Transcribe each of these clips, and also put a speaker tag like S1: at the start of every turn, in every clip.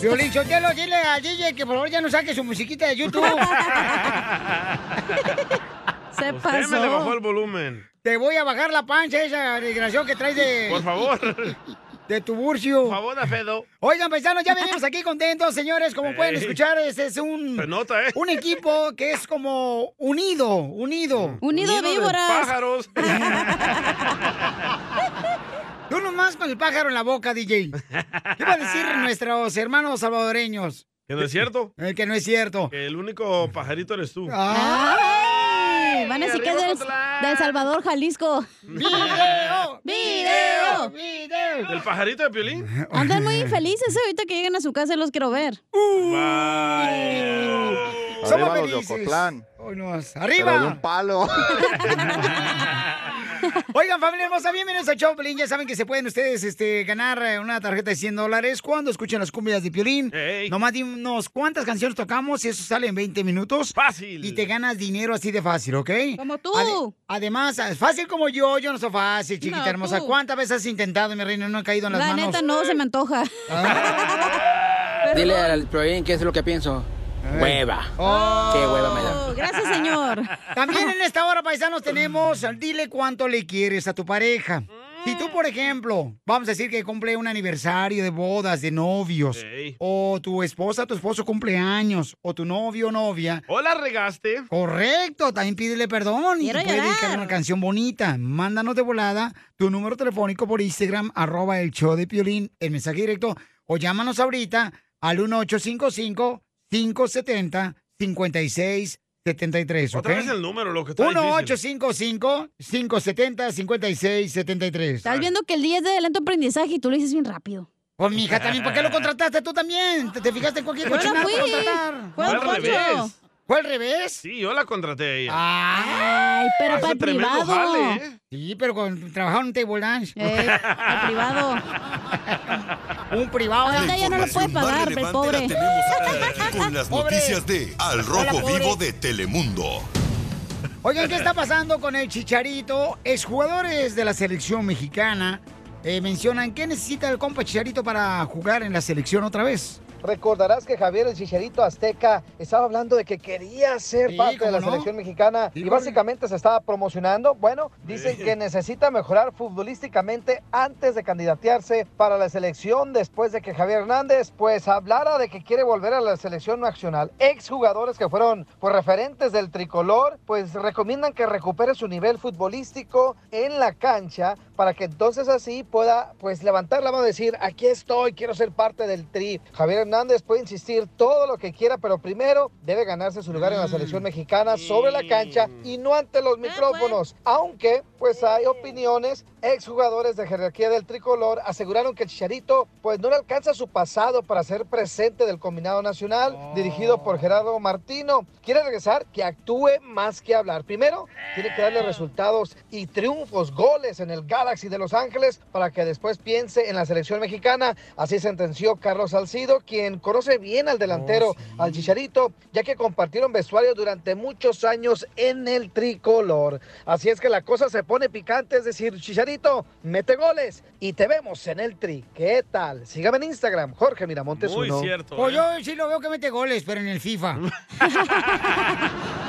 S1: Violín Sotelo, dile al DJ que por favor ya no saque su musiquita de YouTube. Se
S2: Usted me le bajó el volumen.
S1: Te voy a bajar la pancha esa desgraciada que traes de...
S2: Por favor.
S1: De tu burcio. Por
S2: favor, Afedo.
S1: Oigan, paisanos, ya venimos aquí contentos, señores. Como
S2: Ey.
S1: pueden escuchar, este es un...
S2: Se nota, ¿eh?
S1: Un equipo que es como unido, unido.
S2: Unido de víboras. pájaros.
S1: Tú nomás con el pájaro en la boca, DJ. ¿Qué va a decir nuestros hermanos salvadoreños?
S2: ¿Que no es cierto?
S1: Eh, que no es cierto. Ah.
S2: Que el único pajarito eres tú.
S3: ¡Ay! Van a decir que es del, del Salvador, Jalisco.
S1: ¡Video!
S3: ¡Video!
S1: ¡Video!
S2: ¿El pajarito de Piolín?
S3: Andan muy infelices eh, ahorita que lleguen a su casa, los quiero ver.
S1: Uh. Somos
S4: Arriba los de
S1: felices.
S4: Ocotlán.
S1: Hoy nos-
S4: Pero de
S1: ¡Arriba!
S4: un palo.
S1: Oigan, familia hermosa, bienvenidos a Choplin. Ya saben que se pueden ustedes este, ganar eh, una tarjeta de 100 dólares cuando escuchen las cumbias de Piolín. Nomás dinos cuántas canciones tocamos y eso sale en 20 minutos.
S2: Fácil.
S1: Y te ganas dinero así de fácil, ¿ok?
S3: Como tú.
S1: Ade- además, ah, fácil como yo, yo no soy fácil, chiquita
S3: No,
S1: hermosa.
S3: tú.
S1: ¿Cuántas veces has intentado, mi reina? No ha caído en las
S3: La
S1: manos.
S3: neta no se me antoja.
S5: Dile al Proin qué es lo que pienso.
S6: Eh.
S5: Hueva.
S6: Oh.
S5: Qué hueva me da.
S3: Oh, Gracias, señor.
S1: Oh. También en esta hora, paisanos, tenemos al dile cuánto le quieres a tu
S3: Mm.
S1: pareja. Si tú, por ejemplo, vamos a decir que cumple un aniversario de bodas, de novios, o tu esposa, tu esposo cumple años, o tu novio o novia.
S2: ¿O la regaste?
S1: Correcto, también pídele perdón y
S3: Quiero
S1: te puede
S3: llorar.
S1: dedicar una canción bonita. Mándanos de volada tu número telefónico por Instagram, arroba el show de Piolín, el mensaje directo, o llámanos ahorita al 1855-570-5673, ¿ok?
S2: Otra vez el número, lo que está difícil.
S1: 1-855-570-5673.
S3: Estás viendo que el día es de lento aprendizaje y tú lo dices bien rápido.
S1: Pues, mija, también, ¿por qué lo contrataste tú también? ¿Te, te fijaste en cualquier
S3: Yo no
S1: cochinada
S3: fui.
S1: para contratar?
S3: Fue Don Fue al Poncho. revés.
S1: ¿Fue al revés?
S2: Sí, yo la contraté a ella.
S3: Ay, pero
S2: Hace
S3: para el
S2: Ah, tremendo
S3: privado.
S2: jale, ¿eh?
S1: Sí, pero con, trabajaron en table dance.
S3: Eh, al privado.
S1: Un privado.
S3: Ahorita ya no lo puede pagar, el pobre.
S7: Eh, Con las noticias de Al
S1: Hola,
S7: Rojo
S1: pobre.
S7: Vivo de Telemundo.
S1: Oigan, ¿qué está pasando con el Chicharito? Exjugadores de la selección mexicana eh, mencionan qué necesita el compa Chicharito para jugar en la selección otra vez.
S8: Recordarás que Javier el Chicharito Azteca estaba hablando de que quería ser
S1: Sí,
S8: parte de
S1: cómo
S8: la
S1: no.
S8: selección mexicana
S1: Sí,
S8: y
S1: cómo
S8: básicamente se estaba promocionando. Bueno, dicen
S2: Sí.
S8: que necesita mejorar futbolísticamente antes de candidatearse para la selección después de que Javier Hernández pues hablara de que quiere volver a la selección nacional. Exjugadores que fueron por referentes del tricolor pues recomiendan que recupere su nivel futbolístico en la cancha para que entonces así pueda pues levantar la mano y decir aquí estoy, quiero ser parte del tri. Javier Hernández puede insistir todo lo que quiera, pero primero debe ganarse su lugar en la selección mexicana sobre la cancha y no ante los micrófonos. Aunque pues hay opiniones, exjugadores de jerarquía del tricolor aseguraron que el Chicharito pues no le alcanza su pasado para ser presente del combinado nacional dirigido por Gerardo Martino. Quiere regresar que actúe más que hablar. Primero tiene que darle resultados y triunfos, goles en el Galaxy de Los Ángeles para que después piense en la selección mexicana. Así sentenció Carlos Salcido, quien conoce bien al delantero, al Chicharito, ya que compartieron vestuario durante muchos años en el tricolor. Así es que la cosa se pone picante, es decir, Chicharito, mete goles y te vemos en el tri. ¿Qué tal? Sígame en Instagram, Jorge Miramontes
S2: Muy
S8: Este uno.
S2: cierto.
S1: Pues
S2: ¿eh?
S1: yo sí lo veo que mete goles, pero en el FIFA.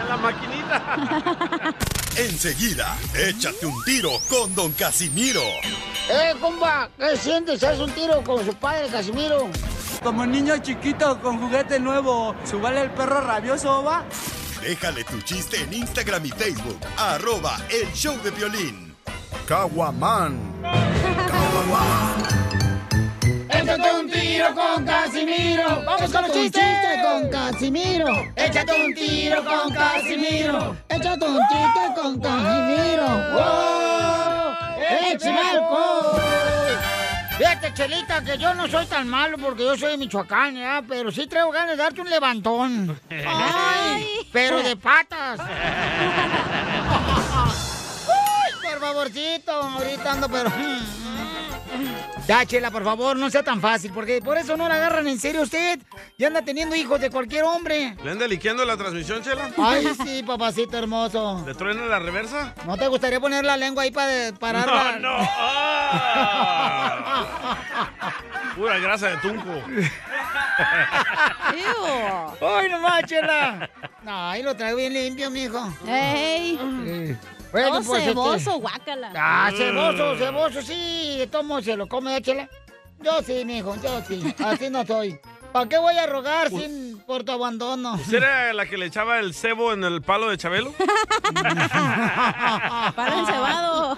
S2: En la maquinita.
S7: Enseguida, échate un tiro con Don Casimiro.
S1: ¡Eh, compa! ¿Qué sientes? ¿Haz un tiro con su padre, Casimiro?
S6: Como niño chiquito con juguete nuevo, ¿subale el perro rabioso va?
S7: Déjale tu chiste en Instagram y Facebook. Arroba el show de violín. Caguaman.
S1: Échate Este un tiro con Casimiro. Este Vamos con los chistes.
S9: con Casimiro.
S1: Échate un tiro con Casimiro.
S9: Échate un chiste con Casimiro.
S1: ¡Wow! ¡Échame alcohol! Fíjate, Chelita, que yo no soy tan malo porque yo soy de Michoacán, ¿ya? Pero sí traigo ganas de darte un levantón. ¡Ay! Pero de patas. ¡Uy, por favorcito! Ahorita ando, pero... Ya, Chela, por favor, no sea tan fácil, porque por eso no la agarran en serio usted. Y anda teniendo hijos de cualquier hombre.
S2: ¿Le anda liqueando la transmisión, Chela?
S1: Ay, sí, papacito hermoso.
S2: ¿Le truena la reversa?
S1: ¿No te gustaría poner la lengua ahí para parar la-
S2: No, no. Ah. Pura grasa de tunco.
S10: ¡Ay, no más, chela!
S1: No, ahí lo traigo bien limpio, mijo.
S9: ¡Ey!
S1: Bueno,
S9: Todo
S1: pues, este-
S9: ceboso, guácala.
S1: Ah, ceboso,
S2: Mm.
S1: ceboso, sí. Tomo, se lo come, ¿eh, chela. Yo sí, mijo, yo sí. Así no soy. ¿Para qué voy a rogar
S2: Pues-
S1: sin por tu abandono?
S2: ¿Usted era la que le echaba el cebo en el palo de Chabelo?
S9: Para el cebado.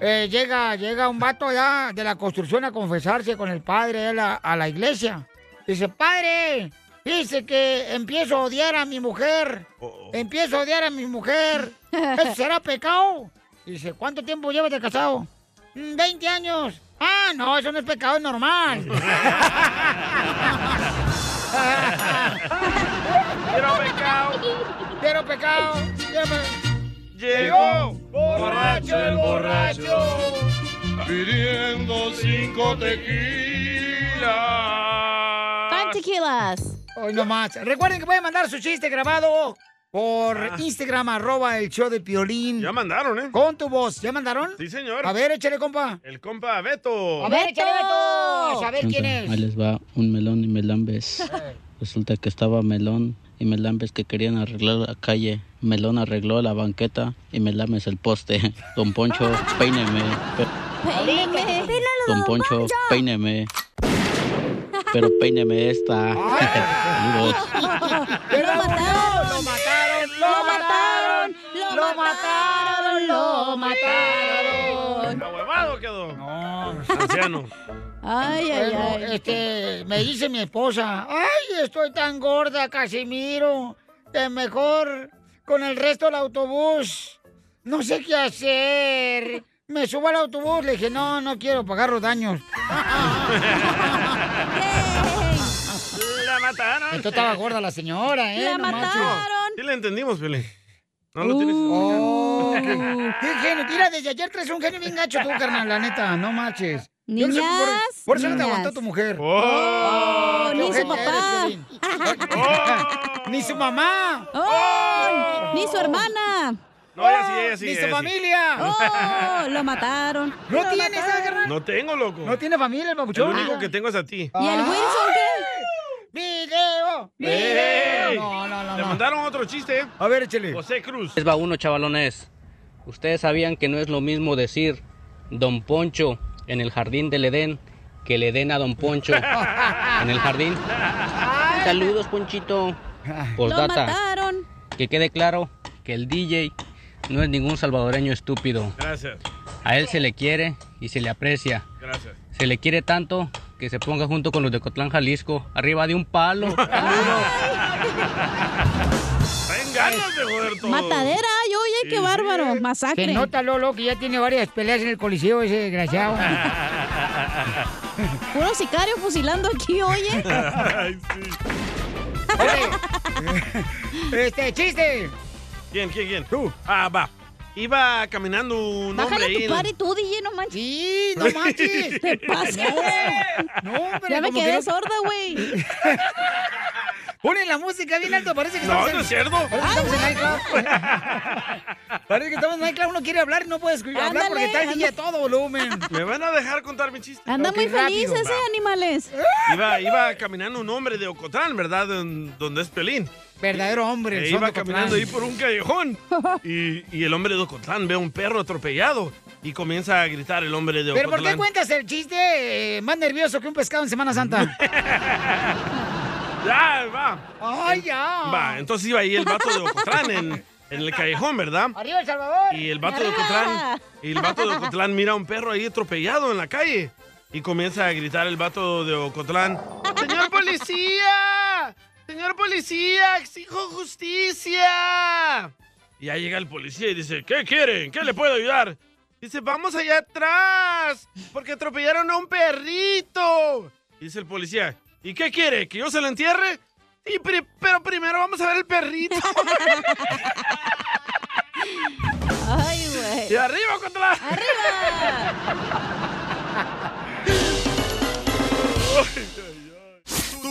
S1: Eh, llega, llega un vato allá de la construcción a confesarse con el padre a la, a la iglesia. Dice, padre, dice que empiezo a odiar a mi mujer. Empiezo a odiar a mi mujer. ¿Eso será pecado? Dice, ¿cuánto tiempo llevas de casado? "Mm, 20 años. Ah, no, eso no es pecado, es normal.
S2: Quiero pecado.
S1: Quiero pecado. quiero pe-
S2: Llegó
S1: borracho el borracho.
S2: pidiendo cinco tequilas.
S9: Five tequilas.
S1: Hoy nomás. Recuerden que pueden mandar su chiste grabado por Instagram, arroba el show de Piolín.
S2: Ah. Ya mandaron, ¿eh?
S1: Con tu voz. ¿Ya mandaron?
S2: Sí, señor.
S1: A ver, échale, compa.
S2: El compa Beto.
S1: A ver, échale,
S9: ¡Beto!
S1: Beto. A ver quién
S11: Entonces, Ahí
S1: es.
S11: les va un melón y melambes. Resulta que estaba melón y melambes que querían arreglar la calle. Melón arregló la banqueta y melames el poste. Don Poncho, peíneme. Pe-
S9: Peíname.
S11: Don Poncho, peíneme. Pero peíneme esta. Saludos.
S9: ¡Lo mataron!
S1: ¡Lo mataron!
S9: ¡Lo mataron! ¡Lo mataron! ¡Lo mataron!
S2: Ahuevado quedó. No. Anciano.
S9: ¡Ay, ay,
S1: Bueno,
S9: ay!
S1: este, me dice mi esposa, ay, estoy tan gorda, Casimiro, que mejor con el resto del autobús, no sé qué hacer. Me subo al autobús, le dije, no, no quiero pagar los daños.
S2: La mataron.
S1: Esto estaba gorda la señora, ¿eh?
S9: ¡La
S1: No manches.
S9: mataron!
S2: Sí le entendimos, Piolín. No lo tienes.
S1: Oh, qué genio. Mira, desde ayer traes un genio bien gacho tú, carnal, la neta, no manches. Yo no sé por-
S9: Niñas,
S1: Por eso no te
S9: niñas.
S1: aguantó tu mujer.
S2: ¡Oh!
S9: Oh,
S1: Qué
S9: ¡Ni su
S1: ojete eres,
S9: papá!
S1: Piolín. Ni su mamá.
S9: ¡Oh! ¡Ni su hermana!
S2: No, ella sí, ella sí.
S1: Ni
S2: ella
S1: su
S2: sí.
S1: familia.
S9: ¡Oh! ¡Lo mataron!
S1: No tiene esa carnal.
S2: No tengo, loco.
S1: No tiene familia el
S2: El
S1: babuchón.
S2: único que tengo es a ti.
S9: ¿Y el Wilson qué?
S1: Video.
S2: ¡Ey!
S1: Video. No, no, no.
S2: Le
S1: no.
S2: mandaron otro chiste. ¿eh?
S1: A ver, échale.
S2: José Cruz.
S11: Les va uno, chavalones. Ustedes sabían que no es lo mismo decir Don Poncho en el jardín del Edén que le den a Don Poncho en el jardín. Saludos, Ponchito.
S9: ¡Lo
S11: Postdata,
S9: mataron!
S11: que quede claro que el DJ no es ningún salvadoreño estúpido.
S2: Gracias,
S11: A él se le quiere y se le aprecia.
S2: gracias.
S11: Se le quiere tanto que se ponga junto con los de Cotlán, Jalisco, arriba de un palo.
S2: Traen ganas de joder todo.
S9: ¡Matadera! ¡Ay, oye, qué bárbaro!
S1: Que
S9: ¡Masacre!
S1: nota Lolo que ya tiene varias peleas en el coliseo ese desgraciado.
S9: ¡Puro sicario fusilando aquí, oye!
S2: Ay, sí.
S1: este chiste.
S2: ¿Quién, quién, quién? Tú. Ah, va. Iba caminando un hombre
S9: ¡Bájale
S2: ahí.
S9: tu
S2: en-
S9: party tú, DJ! ¡No manches!
S1: Sí, no manches.
S9: ¡Te pasas!
S1: No, hombre,
S9: ¡Ya me
S1: como
S9: quedé
S1: que no-
S9: sorda, güey!
S1: Ponen la música bien alto, parece que
S2: No,
S1: estamos
S2: no
S1: en...
S2: es cierto.
S1: Parece que
S9: Ah,
S1: estamos en Nightclub. Parece que estamos en Nightclub, uno quiere hablar y no puede escuchar, hablar
S9: Ándale,
S1: porque está el DJ a todo volumen.
S2: Me van a dejar contar mi chiste.
S9: ¡Anda
S1: Ok,
S9: muy feliz
S1: rápido,
S9: ese, animales!
S2: Iba, iba caminando un hombre de Ocotlán, ¿verdad? En- donde es Pelín.
S1: Verdadero hombre. el
S2: E
S1: son
S2: iba
S1: de Cotlán.
S2: caminando ahí por un callejón. Y, y el hombre de Ocotlán ve a un perro atropellado. Y comienza a gritar el hombre de
S1: ¿Pero por qué
S2: Ocotlán.
S1: cuentas el chiste eh, más nervioso que un pescado en Semana Santa?
S2: Ya, va.
S1: ¡Ay, ya!
S2: Va. Entonces iba ahí el vato de Ocotlán en, en el callejón, ¿verdad?
S1: ¡Arriba El Salvador!
S2: Y el vato de
S9: ¡Arriba!
S2: Ocotlán, y el vato de Ocotlán mira a un perro ahí atropellado en la calle. Y comienza a gritar el vato de Ocotlán. ¡Señor policía! ¡Señor policía! ¡Exijo justicia! Y ahí llega el policía y dice, ¿qué quieren? ¿Qué le puedo ayudar? Dice, vamos allá atrás, porque atropellaron a un perrito. Dice el policía, ¿y qué quiere? ¿Que yo se lo entierre? Sí, pri- pero primero vamos a ver el perrito.
S9: ¡Ay, güey!
S2: y arriba, Ocotlán.
S9: ¡Arriba!
S7: Tú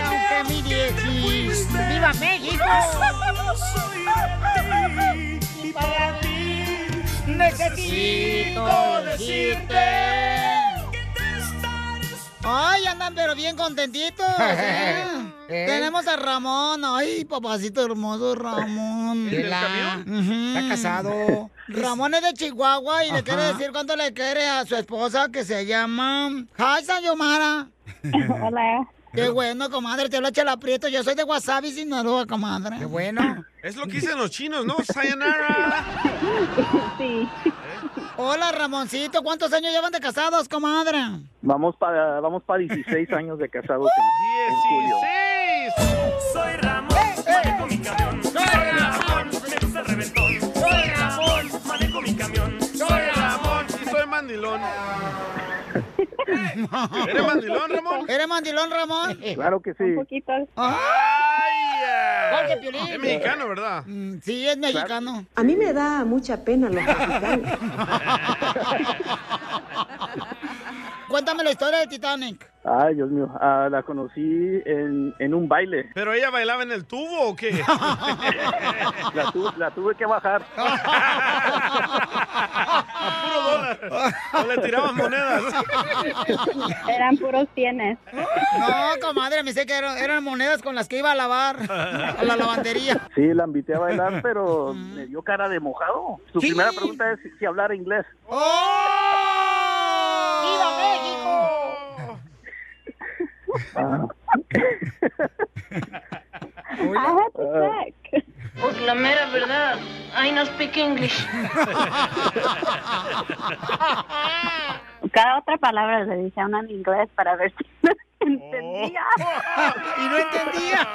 S1: aunque mi diezis. ¡Viva México! Y para ti necesito decirte. Ay, andan pero bien contentitos. ¿eh?
S12: ¿Eh?
S1: Tenemos a Ramón. Ay, papacito hermoso, Ramón.
S12: ¿El del
S1: La-
S12: camión?
S1: Ujú.
S12: Está casado.
S1: Mm. Ramón es de Chihuahua y
S12: Ajá.
S1: le quiere decir cuánto le quiere a su esposa que se llama Jaisa Yomara. Hola. Qué bueno, comadre, te lo Chela Prieto. Yo soy de Wasabi, Sinaloa, comadre. Qué bueno.
S2: Es lo que dicen los chinos, ¿no? Sayonara.
S1: Sí. Hola, Ramoncito. ¿Cuántos años llevan de casados, comadre?
S13: Vamos para vamos para 16 años de casados en, en julio.
S1: Soy Ramón, manejo mi camión. Eh, Soy Ramón, me gusta el reventón.
S2: Soy Ramón, manejo mi camión. Soy Ramón y soy mandilón. ¿Eres mandilón, Ramón?
S1: ¿Eres mandilón, Ramón?
S13: Claro que sí. Un
S1: poquito.
S2: Ay,
S1: Jorge Piolín.
S14: Ah,
S2: Es mexicano, ¿verdad?
S6: Mm,
S1: Sí, es mexicano.
S15: A mí me da mucha pena los mexicanos.
S1: Cuéntame la historia del Titanic.
S13: Ay, Dios mío, Ah, la conocí en, en un baile.
S2: ¿Pero ella bailaba en el tubo o qué?
S13: La, tu- la tuve que bajar.
S2: Puro dólar. O le tiraban monedas.
S16: Eran puros tienes.
S1: No, comadre, me sé que eran, eran monedas con las que iba a lavar a la lavandería.
S13: Sí, la invité a bailar, pero me dio cara de mojado. Su primera pregunta es si, si hablara inglés.
S1: Oh. ¡Viva México!
S9: Pues la mera verdad, I no speak English.
S16: Cada otra palabra le dije a una en inglés para ver si me
S1: Oh.
S16: entendía.
S1: y no entendía.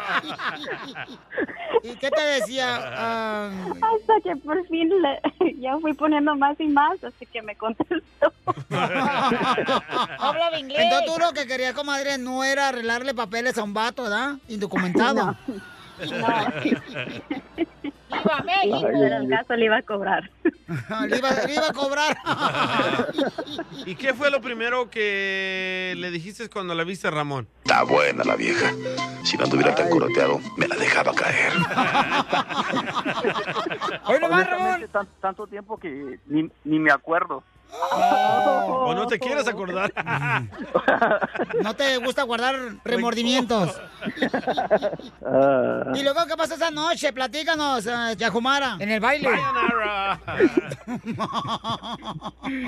S1: ¿Y qué te decía? Ah.
S16: Hasta que por fin le, yo fui poniendo más y más, así que me contestó.
S1: Hablaba inglés. Entonces tú lo que querías, comadre, no era arreglarle papeles a un vato, ¿verdad? Indocumentado. ¡Viva México!
S16: Pero el caso le iba a cobrar.
S1: le, iba, le iba a cobrar.
S2: ¿Y qué fue lo primero que le dijiste cuando la viste, Ramón?
S17: Está buena la vieja. Si no anduviera tan coroteado, me la dejaba caer.
S13: Honestamente, tan- tanto tiempo que ni, ni me acuerdo.
S1: Oh.
S2: ¿O no te quieres acordar?
S1: No te gusta guardar remordimientos.
S13: Ah,
S1: ¿Y luego qué pasó esa noche? Platícanos, eh, Yajumara. En el baile.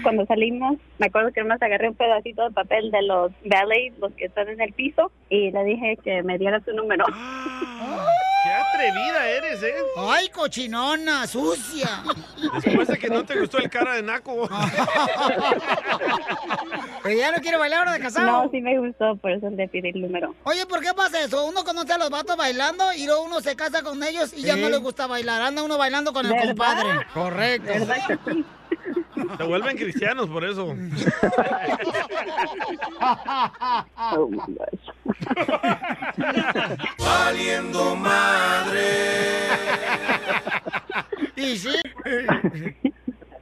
S16: Cuando salimos, me acuerdo que más agarré un pedacito de papel de los ballets, los que están en el piso, y le dije que me diera su número.
S2: ¡Qué atrevida eres, eh!
S1: ¡Ay, cochinona, sucia!
S2: Después de que no te gustó el cara de naco.
S1: Pero ya no quiere bailar ahora de casado.
S16: No, sí me gustó, por eso le pedí el número.
S1: Oye, ¿por qué pasa eso? Uno conoce a los vatos bailando y luego uno se casa con ellos y ya
S2: Sí.
S1: no les gusta bailar. Anda uno bailando con el
S2: ¿Verdad?
S1: compadre.
S2: Correcto. Te vuelven cristianos por eso.
S1: Valiendo madre. Y sí.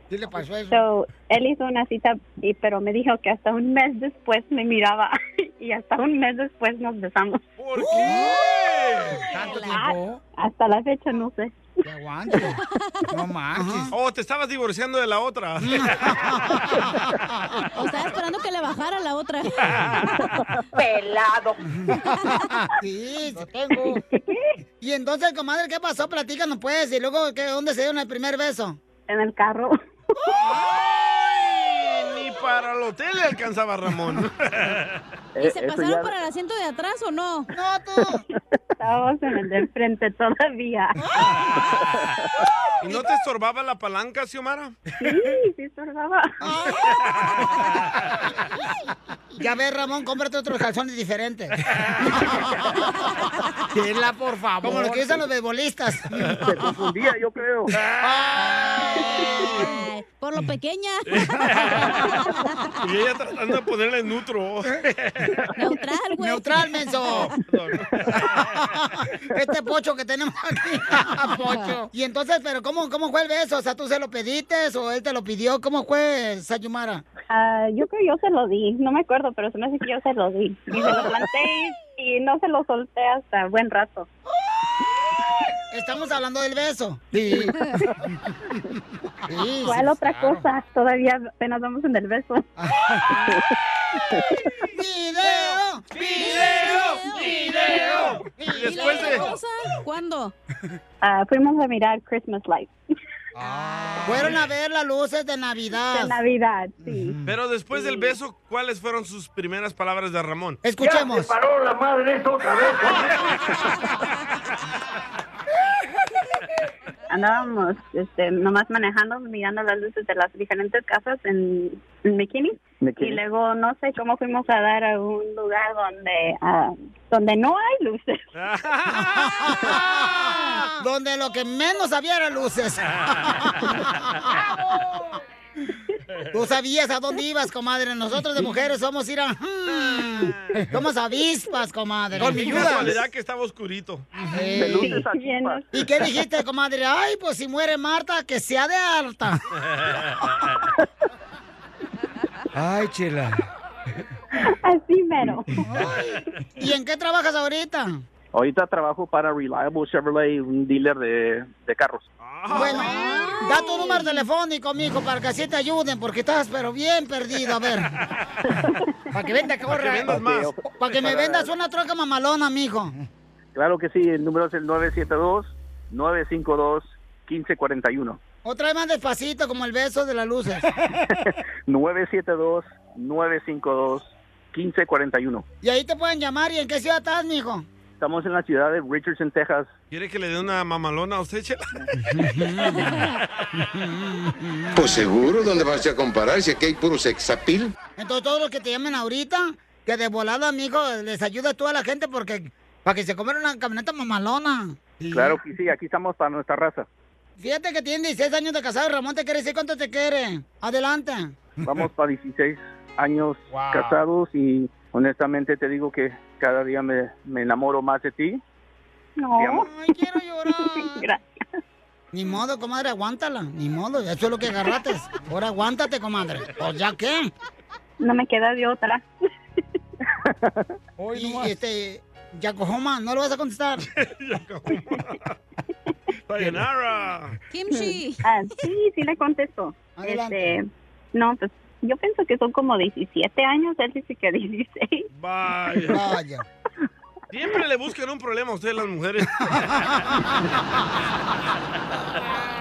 S1: ¿Qué le pasó a eso?
S16: So, él hizo una cita, y, pero me dijo que hasta un mes después me miraba y hasta un mes después nos besamos.
S2: ¿Por qué?
S1: Uh, ¿Tanto tiempo?
S16: Hasta la fecha no sé.
S1: Te aguanto. No manches.
S2: Oh, te estabas divorciando de la otra.
S1: Ah.
S3: O estaba esperando que le bajara la otra.
S1: Pelado. Sí, lo tengo. Y entonces, comadre, ¿qué pasó? Platícanos, pues. Y luego, ¿qué, ¿dónde se dieron el primer beso?
S16: En el carro.
S2: Ni para el hotel le alcanzaba Ramón.
S3: ¿Y
S13: Eh,
S3: se pasaron para el asiento de atrás o no? No, tú.
S16: Estábamos en el del frente todavía.
S2: ¿Y no te estorbaba la palanca, Xiomara?
S16: Sí, sí estorbaba.
S1: Ya ves, Ramón, cómprate otros calzones diferentes. la por favor. Como los que usan los beisbolistas.
S13: Se confundía, yo creo.
S3: Ay, Por lo pequeña.
S2: Y ella tratando de ponerle neutro.
S3: Neutral, güey.
S1: Neutral, menso. Este pocho que tenemos aquí. pocho. Y entonces, pero ¿cómo, cómo fue el beso? O sea, ¿tú se lo pediste o él te lo pidió? ¿Cómo fue, Sayumara?
S16: Ah, yo creo que yo se lo di, no me acuerdo, pero se me hace que yo se lo di. Y se lo planté y no se lo solté hasta buen rato.
S1: Estamos hablando del beso. Sí. Sí,
S16: ¿Cuál
S1: sí,
S16: otra
S1: claro.
S16: cosa? Todavía apenas vamos en el beso.
S1: ¡Video!
S3: ¡Video!
S2: ¡Video!
S3: ¿Y
S2: después
S3: la
S2: de-
S3: otra cosa? ¿Cuándo?
S16: Ah, fuimos a mirar Christmas Lights
S1: Fueron a ver las luces de Navidad.
S16: de Navidad, sí.
S2: Pero después del beso, ¿cuáles fueron sus primeras palabras de Ramón?
S1: Escuchemos.
S13: paró la madre esto otra vez.
S16: Andábamos este, nomás manejando, mirando las luces de las diferentes casas en, en McKinney.
S13: McKinney.
S16: Y luego no sé cómo fuimos a dar a un lugar donde ah, donde no hay luces.
S1: Donde lo que menos había era luces. Tú sabías a dónde ibas, comadre. Nosotros de mujeres somos ir a... hmm, somos avispas, comadre.
S2: Con mi
S1: Ayudas.
S2: casualidad que estaba oscurito.
S1: Sí. ¿Y qué dijiste, comadre? Ay, pues si muere Marta, que sea de harta.
S18: Ay, chela.
S16: Así mero.
S1: ¿Y en qué trabajas ahorita?
S13: Ahorita trabajo para Reliable Chevrolet, un dealer de, de carros.
S1: Bueno, da tu número telefónico, mijo, para que así te ayuden, porque estás pero bien perdido, a ver. Para que venda, corra.
S13: que vendas más.
S1: Para que me
S13: Para-
S1: vendas una troca mamalona, mijo.
S13: Claro que sí, el número es el 972-952-1541.
S1: Otra vez más despacito, como el beso de las luces.
S13: 972-952-1541.
S1: Y ahí te pueden llamar. ¿Y en qué ciudad estás, mijo?
S13: Estamos en la ciudad de Richardson, Texas.
S2: ¿Quiere que le dé una mamalona a usted, Chela?
S19: Pues seguro, ¿dónde vas a comparar si aquí hay puro sexapil?
S1: Entonces, todos los que te llamen ahorita, que de volada, mijo, les ayuda a toda la gente porque para que se coman una camioneta mamalona.
S13: Claro que sí, aquí estamos para nuestra raza.
S1: Fíjate que tiene 16 años de casado. Ramón te quiere decir cuánto te quiere. Adelante.
S13: Vamos para 16 años casados y honestamente te digo que cada día me, me enamoro más de ti.
S16: No.
S13: Te amo.
S1: Ay, quiero llorar. Ni modo, comadre, aguántala. Ni modo, eso es lo que agarraste. Ahora aguántate, comadre. Pues ya qué.
S16: No me queda de otra.
S1: y este, Yacojoma, no lo vas a contestar.
S2: Sayonara.
S16: Kimchi. Ah, sí, sí le contesto.
S1: Adelante.
S16: Este, no, pues yo pienso que son como 17 años, él dice que 16.
S2: Vaya. Siempre le buscan un problema a ustedes las mujeres.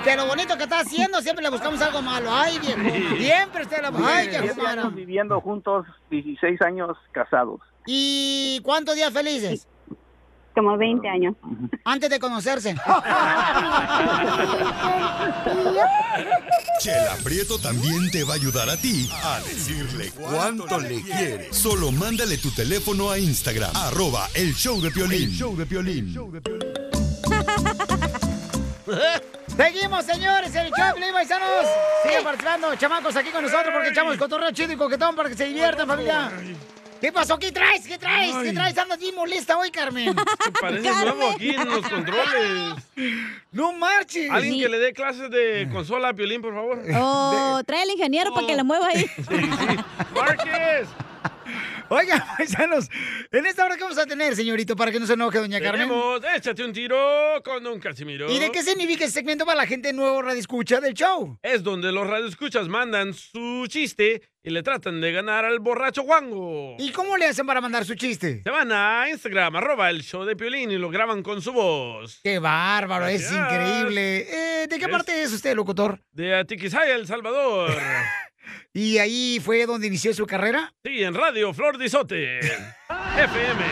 S1: Que lo bonito que está haciendo, siempre le buscamos algo malo. Ay, viejo. Siempre usted la Ay,
S13: Siete
S1: Yacojoma.
S13: años viviendo juntos, 16 años casados.
S1: ¿Y cuántos días felices?
S16: Como 20 años.
S1: Antes de conocerse.
S7: Chela Prieto también te va a ayudar a ti a decirle cuánto le quiere. Solo mándale tu teléfono a Instagram, arroba el show de Piolín. show de
S1: Seguimos, señores, el show de Piolín, paisanos. Sigue participando, chamacos, aquí con nosotros porque echamos cotorreo chido y coquetón para que se diviertan, familia. ¿Qué pasó? ¿Qué traes? ¿Qué traes? ¿Qué
S2: Ay.
S1: traes? Andas bien molesta hoy, Carmen.
S2: Parece nuevo aquí en los controles.
S1: ¡No marches!
S2: Alguien que le dé clases de consola a Piolín, por favor.
S3: O Oh, trae al ingeniero para que la mueva ahí.
S2: ¡Márquez!
S1: Oigan, paisanos, en esta hora que vamos a tener, señorito, para que no se enoje, doña Carmen.
S2: Tenemos, échate un tiro con Don Casimiro.
S1: ¿Y de qué significa este segmento para la gente nuevo radioescucha del show?
S2: Es donde los radioescuchas mandan su chiste y le tratan de ganar al borracho guango.
S1: ¿Y cómo le hacen para mandar su chiste?
S2: Se van a Instagram, arroba el show de Piolín y lo graban con su voz.
S1: ¡Qué bárbaro! Es
S2: Gracias.
S1: increíble. Eh, ¿De qué parte es usted, locutor?
S2: De Atiquizaya, El Salvador.
S1: ¿Y ahí fue donde inició su carrera?
S2: Sí, en Radio Flor de Izote. FM.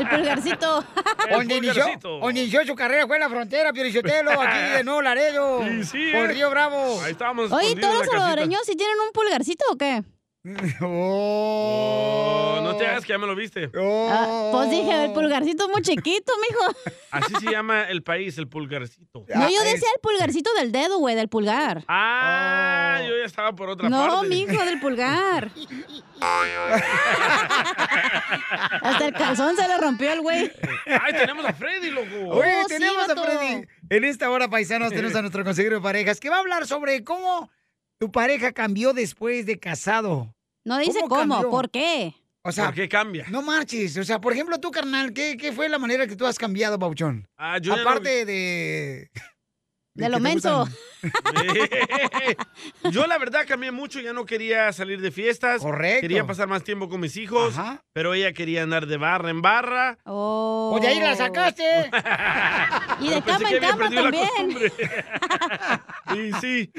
S3: El pulgarcito.
S1: ¿Dónde inició,
S2: pulgarcito.
S1: donde inició su carrera fue en la frontera, Piorichotelo, aquí de Nuevo Laredo.
S2: Sí, sí,
S1: Por
S2: eh.
S1: Río Bravo.
S2: Ahí estábamos
S3: Oye, ¿todos
S2: escondidos
S3: los
S2: en la casita.
S3: salvadoreños sí tienen un pulgarcito o qué?
S2: Oh, no te hagas que ya me lo viste.
S1: Oh.
S3: Ah, pues dije, el pulgarcito es muy chiquito, mijo.
S2: Así se llama el país, el pulgarcito.
S3: No, yo decía el pulgarcito del dedo, güey, del pulgar.
S2: Ah, yo ya estaba por otra parte.
S3: No, mijo, del pulgar. Hasta el calzón se le rompió al güey.
S2: Ay, tenemos a Freddy, loco.
S1: Oye,
S3: Oh, sí,
S1: tenemos a
S3: vato.
S1: Freddy. En esta hora, paisanos, tenemos a nuestro consejero de parejas que va a hablar sobre cómo tu pareja cambió después de casado.
S3: No dice cómo, ¿por qué?
S1: O sea,
S2: ¿Por qué cambia?
S1: No marches. O sea, por ejemplo, tú, carnal, ¿qué, qué fue la manera que tú has cambiado, Bauchón?
S2: Ah, yo ya
S1: Aparte de...
S3: De lo
S1: que te
S3: menso.
S1: gustan.
S2: Yo la verdad cambié mucho, ya no quería salir de fiestas.
S1: Correcto.
S2: Quería pasar más tiempo con mis hijos, pero ella quería andar de barra en barra.
S3: Oh.
S1: Pues de ahí la sacaste.
S3: Y de
S2: Pensé
S3: cama
S2: que
S3: en
S2: había
S3: cama
S2: perdido la
S3: también.
S2: costumbre. sí, sí.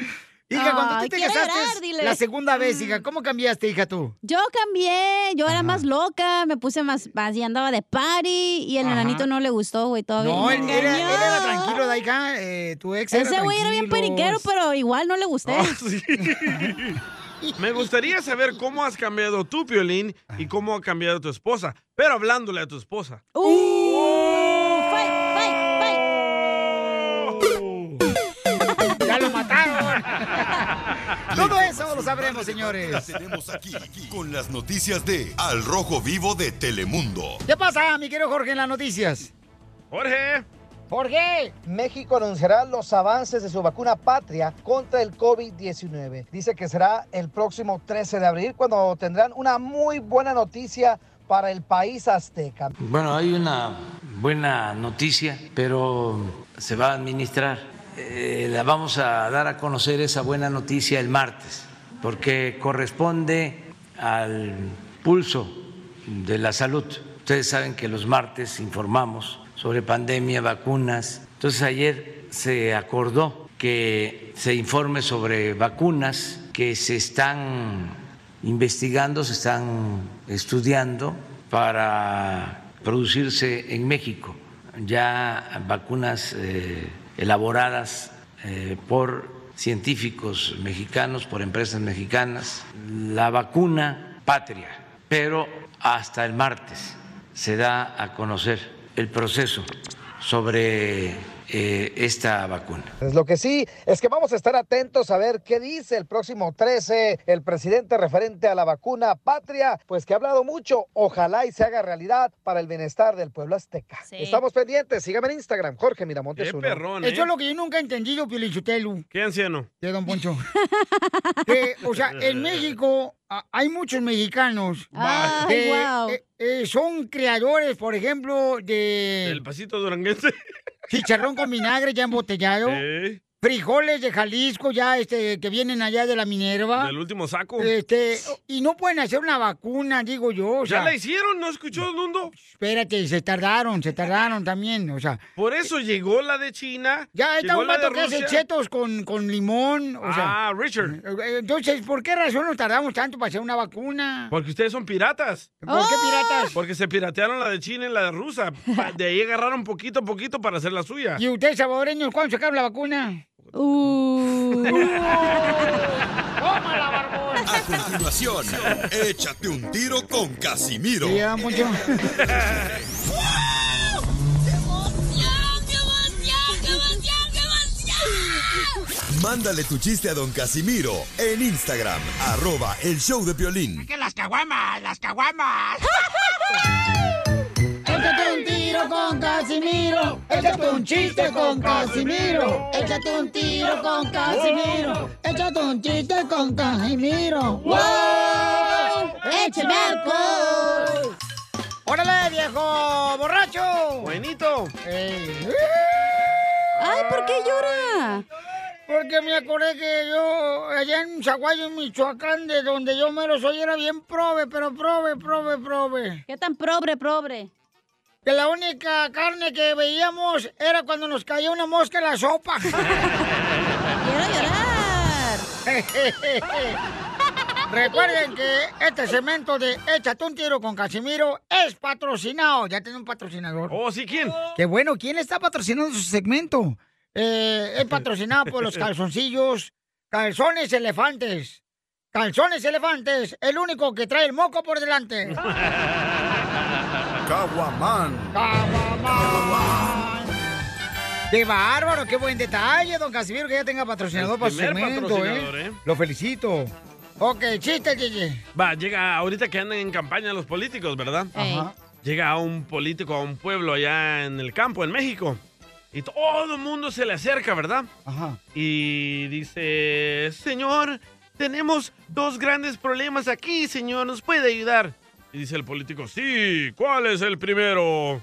S1: Hija, cuando
S3: Ay,
S1: tú te
S3: quiero
S1: casaste
S3: llorar, dile. Mm.
S1: la segunda vez, hija, ¿cómo cambiaste, hija, tú?
S3: Yo cambié, yo era más loca, me puse más, más y andaba de party y el
S1: Ajá.
S3: enanito no le gustó, güey, todavía.
S1: No,
S3: me
S1: él, él era,
S3: engañó.
S1: él era tranquilo, Daika, eh, tu ex era
S3: Ese güey era bien
S1: tranquilo.
S3: periquero, pero igual no le gusté.
S1: Ah,
S2: Me gustaría saber cómo has cambiado tú, Piolín,
S1: Ah.
S2: y cómo ha cambiado tu esposa, pero hablándole a tu esposa.
S3: Uh.
S1: ¡Ya lo mataron! Todo eso lo sabremos, señores.
S7: Tenemos aquí, aquí con las noticias de Al Rojo Vivo de Telemundo.
S1: ¿Qué pasa, mi querido Jorge, en las noticias?
S2: Jorge.
S1: Jorge.
S8: México anunciará los avances de su vacuna patria contra el COVID-19. Dice que será el próximo 13 de abril cuando tendrán una muy buena noticia para el país azteca.
S18: Bueno, hay una buena noticia, pero se va a administrar. Eh, la vamos a dar a conocer esa buena noticia el martes, porque corresponde al pulso de la salud. Ustedes saben que los martes informamos sobre pandemia, vacunas. Entonces ayer se acordó que se informe sobre vacunas que se están investigando, se están estudiando para producirse en México ya vacunas eh, elaboradas eh, por científicos mexicanos, por empresas mexicanas, la vacuna patria, pero hasta el martes se da a conocer el proceso sobre eh, esta vacuna.
S8: Pues lo que sí es que vamos a estar atentos a ver qué dice el próximo 13 el presidente referente a la vacuna patria, pues que ha hablado mucho, ojalá y se haga realidad para el bienestar del pueblo azteca. Estamos pendientes, sígame en Instagram, Jorge Miramontes.
S2: Qué
S8: uno.
S2: perrón, ¿eh?
S1: Eso es lo que Eh, yo nunca he entendido, Piolichutelu.
S2: ¿Qué anciano?
S1: De Don Poncho. Que, o sea, en México a- hay muchos mexicanos
S2: Ay,
S1: que
S2: guau.
S1: eh, eh, son creadores, por ejemplo, de
S2: El pasito duranguense.
S1: chicharrón con vinagre ya embotellado,
S2: ¿Eh?
S1: frijoles de Jalisco ya este que vienen allá de la Minerva.
S2: Del último saco.
S1: Este, y no pueden hacer una vacuna, digo yo. o
S2: ¿Ya
S1: sea,
S2: la hicieron? ¿No escuchó el mundo?
S1: Espérate, se tardaron, se tardaron también, o sea.
S2: Por eso llegó la de China.
S1: Ya está
S2: llegó
S1: un
S2: la de
S1: vato que hace
S2: Rusia.
S1: chetos con, con limón, o sea. eh,
S2: Ah, Richard.
S1: Entonces, ¿por qué razón nos tardamos tanto para hacer una vacuna?
S2: Porque ustedes son piratas.
S1: ¿Por qué piratas?
S2: Porque se piratearon la de China y la de rusa. Pa- De ahí agarraron poquito a poquito para hacer la suya.
S1: ¿Y ustedes, salvadoreños, cuándo sacaron la vacuna?
S7: A continuación, échate un tiro con Casimiro.
S1: Sí, ya, Poncho.
S7: Mándale tu chiste a don Casimiro en Instagram, arroba el show de violín.
S9: ¡Que las caguamas, las caguamas!
S1: Échate un tiro con Casimiro. Échate un chiste con Casimiro. Échate un tiro con Casimiro. Échate un chiste con Casimiro. ¡Wow!
S9: ¡Échame alcohol!
S1: ¡Órale, viejo borracho!
S2: ¡Buenito!
S1: ¡Ay, ¿por qué llora? Porque me acordé que yo, allá en Zaguayo, en Michoacán, de donde yo mero soy, era bien prove, pero prove, prove, prove.
S3: ¿Qué tan probre, probre?
S1: Que la única carne que veíamos era cuando nos caía una mosca en la sopa.
S3: Quiero llorar.
S1: Recuerden que este segmento de Échate un tiro con Casimiro es patrocinado. Ya tiene un patrocinador.
S2: Oh, sí, ¿quién?
S1: Qué bueno, ¿quién está patrocinando su segmento? Eh, es patrocinado por los calzoncillos, calzones elefantes. Calzones elefantes, el único que trae el moco por delante.
S7: Caguaman.
S1: ¡Qué bárbaro! ¡Qué buen detalle, don Casimiro, que ya tenga patrocinador
S2: El
S1: para su
S2: primer
S1: segmento,
S2: patrocinador,
S1: eh.
S2: ¿eh?
S1: Lo felicito. Ok, chiste, Gigi.
S2: Va, llega ahorita que andan en campaña los políticos, ¿verdad?
S1: Ajá.
S2: Llega un político a un pueblo allá en el campo, en México. Y todo el mundo se le acerca, ¿verdad?
S1: Ajá.
S2: Y dice, señor, tenemos dos grandes problemas aquí, señor, ¿nos puede ayudar? Y dice el político, sí, ¿cuál es el primero?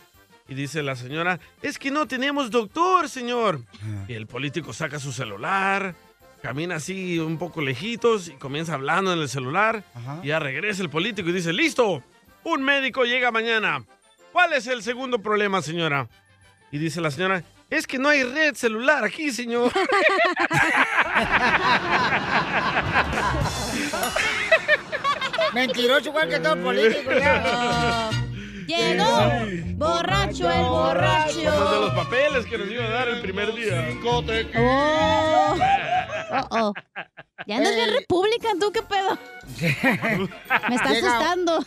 S2: Y dice la señora, es que no tenemos doctor, señor. Y el político saca su celular, camina así un poco lejitos y comienza hablando en el celular. Y ya regresa el político y dice, listo, un médico llega mañana. ¿Cuál es el segundo problema, señora? Y dice la señora, es que no hay red celular aquí, señor.
S1: Mentiroso igual que todo político. ya.
S3: Llegó borracho el
S2: Como los Pues de los
S3: borracho.
S2: papeles que nos iba a dar el primer día.
S3: Oh. Oh, oh. Ya andas bien
S1: Eh.
S3: república, ¿tú qué pedo? Me está
S1: Llega-
S3: asustando.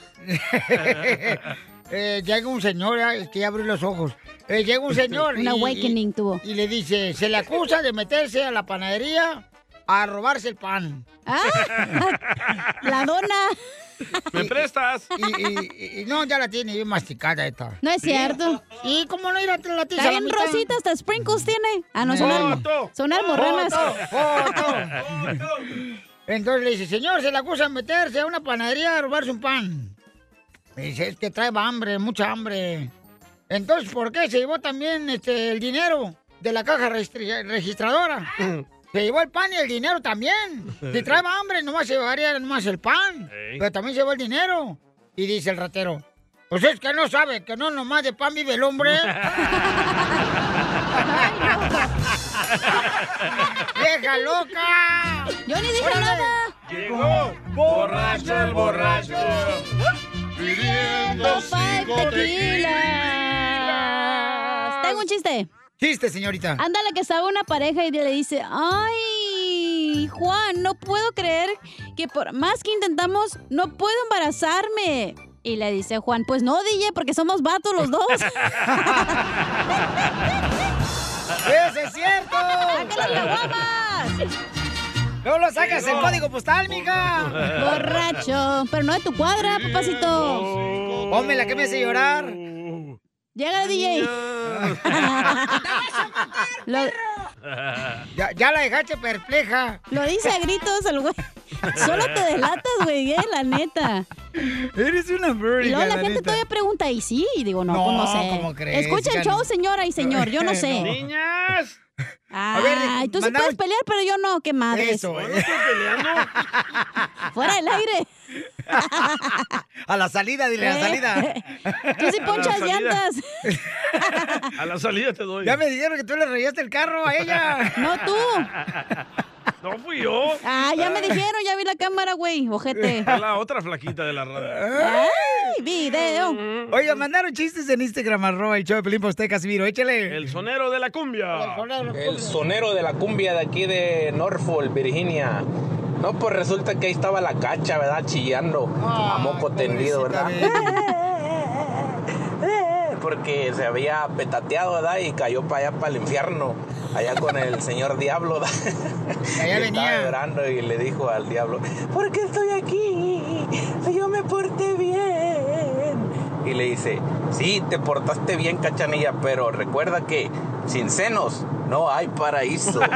S1: Eh, llega un señor, ah, es que ya abrí los ojos. Eh, llega un señor.
S3: Un awakening
S1: tuvo. Y le dice: se le acusa de meterse a la panadería a robarse el pan.
S3: Ah, La dona.
S2: ¿Me prestas?
S1: Y, y- y- no, ya la tiene bien masticada esta.
S3: No es cierto.
S1: ¿Y cómo no ir a la tiza
S3: Está
S1: a la
S3: bien
S1: mitad?
S3: rosita, hasta sprinkles tiene. Ah, no, son, almo-
S1: Foto.
S3: son almorranas.
S1: Foto, foto. Entonces le dice, señor, se le acusa de meterse a una panadería a robarse un pan. Y dice, es que trae hambre, mucha hambre. Entonces, ¿por qué se llevó también este, el dinero de la caja registri- registradora? Se llevó el pan y el dinero también. Si trae hambre, nomás se llevaría nomás el pan.
S2: Ey.
S1: Pero también se llevó el dinero. Y dice el ratero, pues es que no sabe que no nomás de pan vive el hombre. ¡Vieja loca!
S3: Yo ni dije nada.
S2: Llegó borracho el borracho.
S3: Pidiendo cinco tequilas. Tengo un chiste.
S1: Chiste, señorita.
S3: Ándale que estaba una pareja y le dice, ay, Juan, no puedo creer que por más que intentamos, no puedo embarazarme. Y le dice Juan, pues no, DJ, porque somos vatos los dos.
S1: ¡Ese Pues, es cierto! ¡No lo sacas el código postal, mija!
S3: Borracho, pero no de tu cuadra, papacito.
S1: Pónmela, que me hace llorar.
S3: Llega el DJ. Lo,
S1: Ya, ya la dejaste perpleja.
S3: lo dice a gritos el güey. Solo te delatas, güey, eh, la neta.
S1: Eres una
S3: Y
S1: bird.
S3: luego la gente todavía pregunta, ¿y sí? Y digo, no,
S1: No,
S3: pues no sé.
S1: ¿cómo crees?
S3: Escucha
S1: Ya no.
S3: el show, señora y señor, yo no sé.
S2: ¡Niñas!
S3: Ay,
S1: ver,
S3: tú sí
S1: mandamos-
S3: puedes pelear, pero yo no, qué madre.
S1: Eso, eh.
S3: Fuera del aire. Eh.
S1: A la salida, dile, a la salida.
S3: Tú sí
S2: A la
S3: ponchas
S2: salida.
S3: llantas.
S2: A la salida te doy.
S1: Ya me dijeron que tú le rayaste el carro a ella.
S3: No tú.
S2: No fui yo.
S3: Ah, ya me dijeron, ya vi la cámara, güey, ojete.
S2: Es la otra flaquita de la radio.
S3: ¡Ay, video!
S1: ¿Eh? Oiga, mandaron chistes en Instagram, arroba el show de Pelín Posté, Casimiro. Échale.
S2: El sonero de la cumbia.
S20: El sonero de la cumbia de aquí de Norfolk, Virginia. No, pues resulta que ahí estaba la cacha, ¿verdad? Chillando a moco tendido, ¿verdad? Porque se había petateado, ¿verdad? Y cayó para allá, para el infierno. Allá con el señor Diablo, ¿verdad?
S1: Allá
S20: Y estaba llorando y le dijo al Diablo, ¿por qué estoy aquí? Yo me porté bien. Y le dice, sí, te portaste bien, cachanilla, pero recuerda que sin senos no hay paraíso.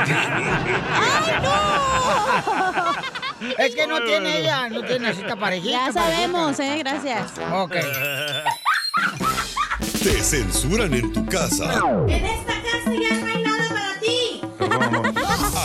S1: Es que no tiene ella, no tiene así esta parejita.
S3: Ya sabemos, eh, gracias.
S1: Ok.
S7: Te censuran en tu casa.
S3: En esta casa ya no hay nada para ti.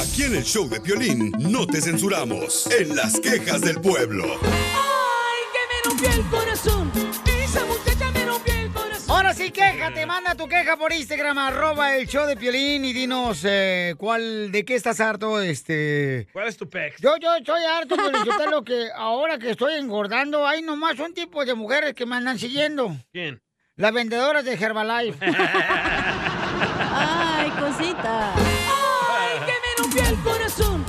S7: Aquí en el show de Piolín no te censuramos. En las quejas del pueblo.
S9: ¡Ay, que me rompió el corazón! ¡Esa muchacha me rompió el corazón!
S1: Ahora Así quéjate, manda tu queja por Instagram, arroba el show de Piolín y dinos eh, cuál, de qué estás harto, este...
S2: ¿Cuál es tu pex?
S9: Yo, yo estoy harto, pero lo que ahora que estoy engordando, hay nomás un tipo de mujeres que me andan siguiendo.
S2: ¿Quién?
S9: Las vendedoras de Herbalife.
S3: Ay, cosita.
S21: Ay, que me rompió el corazón.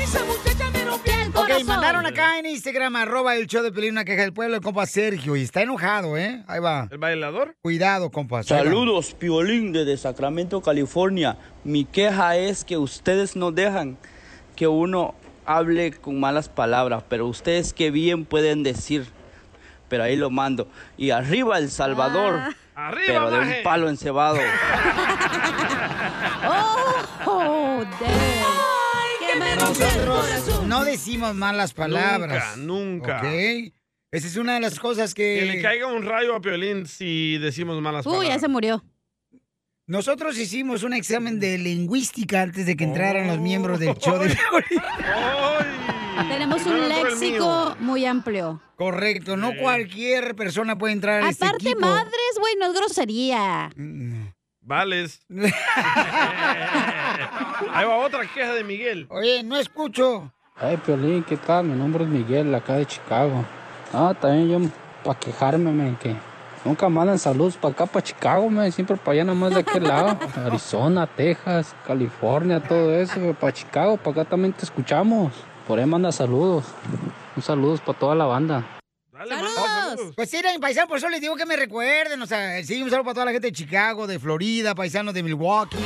S21: Esa muchacha me rompió el
S1: Ok,
S21: corazón.
S1: mandaron acá en Instagram, arroba el show de Piolín, una queja del pueblo, el compa Sergio, y está enojado, ¿eh? Ahí va.
S2: ¿El bailador?
S1: Cuidado, compa. ahí va.
S11: Saludos, Piolín desde Sacramento, California. Mi queja es que ustedes no dejan que uno hable con malas palabras, pero ustedes qué bien pueden decir. Pero ahí lo mando. Y arriba El Salvador, pero de un palo encebado.
S3: Oh,
S21: Ay, que me rompió el corazón.
S1: Nosotros no decimos malas palabras.
S2: Nunca, nunca.
S1: Ok. Esa es una de las cosas que...
S2: Que le caiga un rayo a Piolín si decimos malas
S3: Uy, ya
S2: palabras.
S3: se murió.
S1: Nosotros hicimos un examen de lingüística antes de que entraran los miembros del show de
S3: Oh. Tenemos un
S1: Primero entró el
S3: léxico muy amplio.
S1: Correcto, no
S3: Sí.
S1: cualquier persona puede entrar a este
S3: Aparte,
S1: equipo. Mm,
S3: madres, güey, no es grosería.
S2: Vales. Ahí va otra queja de Miguel.
S9: Oye, no escucho.
S22: Hey, Piolín, ¿qué tal? Mi nombre es Miguel, acá de Chicago. Ah, también yo, para quejarme, men, que nunca mandan saludos para acá, para Chicago, men, siempre para allá, nomás de aquel lado. Arizona, Texas, California, todo eso, para Chicago, para acá también te escuchamos. Por ahí manda saludos. Un saludos para toda la banda.
S1: ¡Saludos! Pues sí, en paisano, por eso les digo que me recuerden. O sea, sí, un saludo para toda la gente de Chicago, de Florida, paisanos de Milwaukee.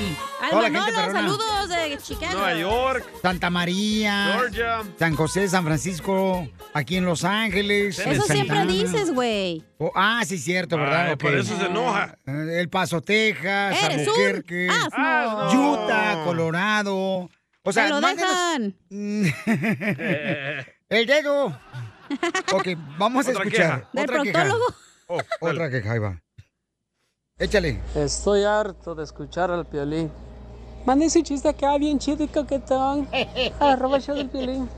S3: Al
S1: toda la
S3: Manolo,
S1: gente perrona.
S3: saludos eh, de Chicago.
S1: Santa María.
S3: Georgia.
S1: San José, San Francisco, aquí en Los Ángeles.
S3: Eso siempre
S1: Santana.
S3: dices, güey.
S1: Oh, ah, sí, cierto, ¿verdad?
S2: Ay,
S1: Ok.
S2: por eso se enoja.
S1: Eh, El Paso, Texas,
S3: Eres un
S1: Albuquerque,
S3: asno.
S1: Utah, Colorado. O sea,
S3: Te lo
S1: mándenos-
S3: dejan.
S1: El dedo. Ok, vamos a
S9: Otra
S1: escuchar.
S9: queja. ¿Del
S1: Otra queja.
S9: proctólogo?
S1: Otra queja, ahí va. Échale.
S14: Estoy harto de escuchar al piolín. Mande ese chiste que hay bien chido y coquetón. Arroba el show del piolín.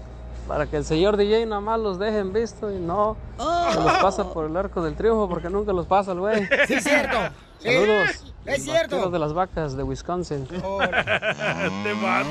S14: Para que el señor DJ nada más los deje en visto y no se los pasa por el arco del triunfo porque nunca los pasa el güey.
S1: Oh. Sí, es cierto.
S14: Saludos.
S1: Eh, es cierto. Oh.
S14: Vaqueros de las vacas de Wisconsin.
S2: Te mato.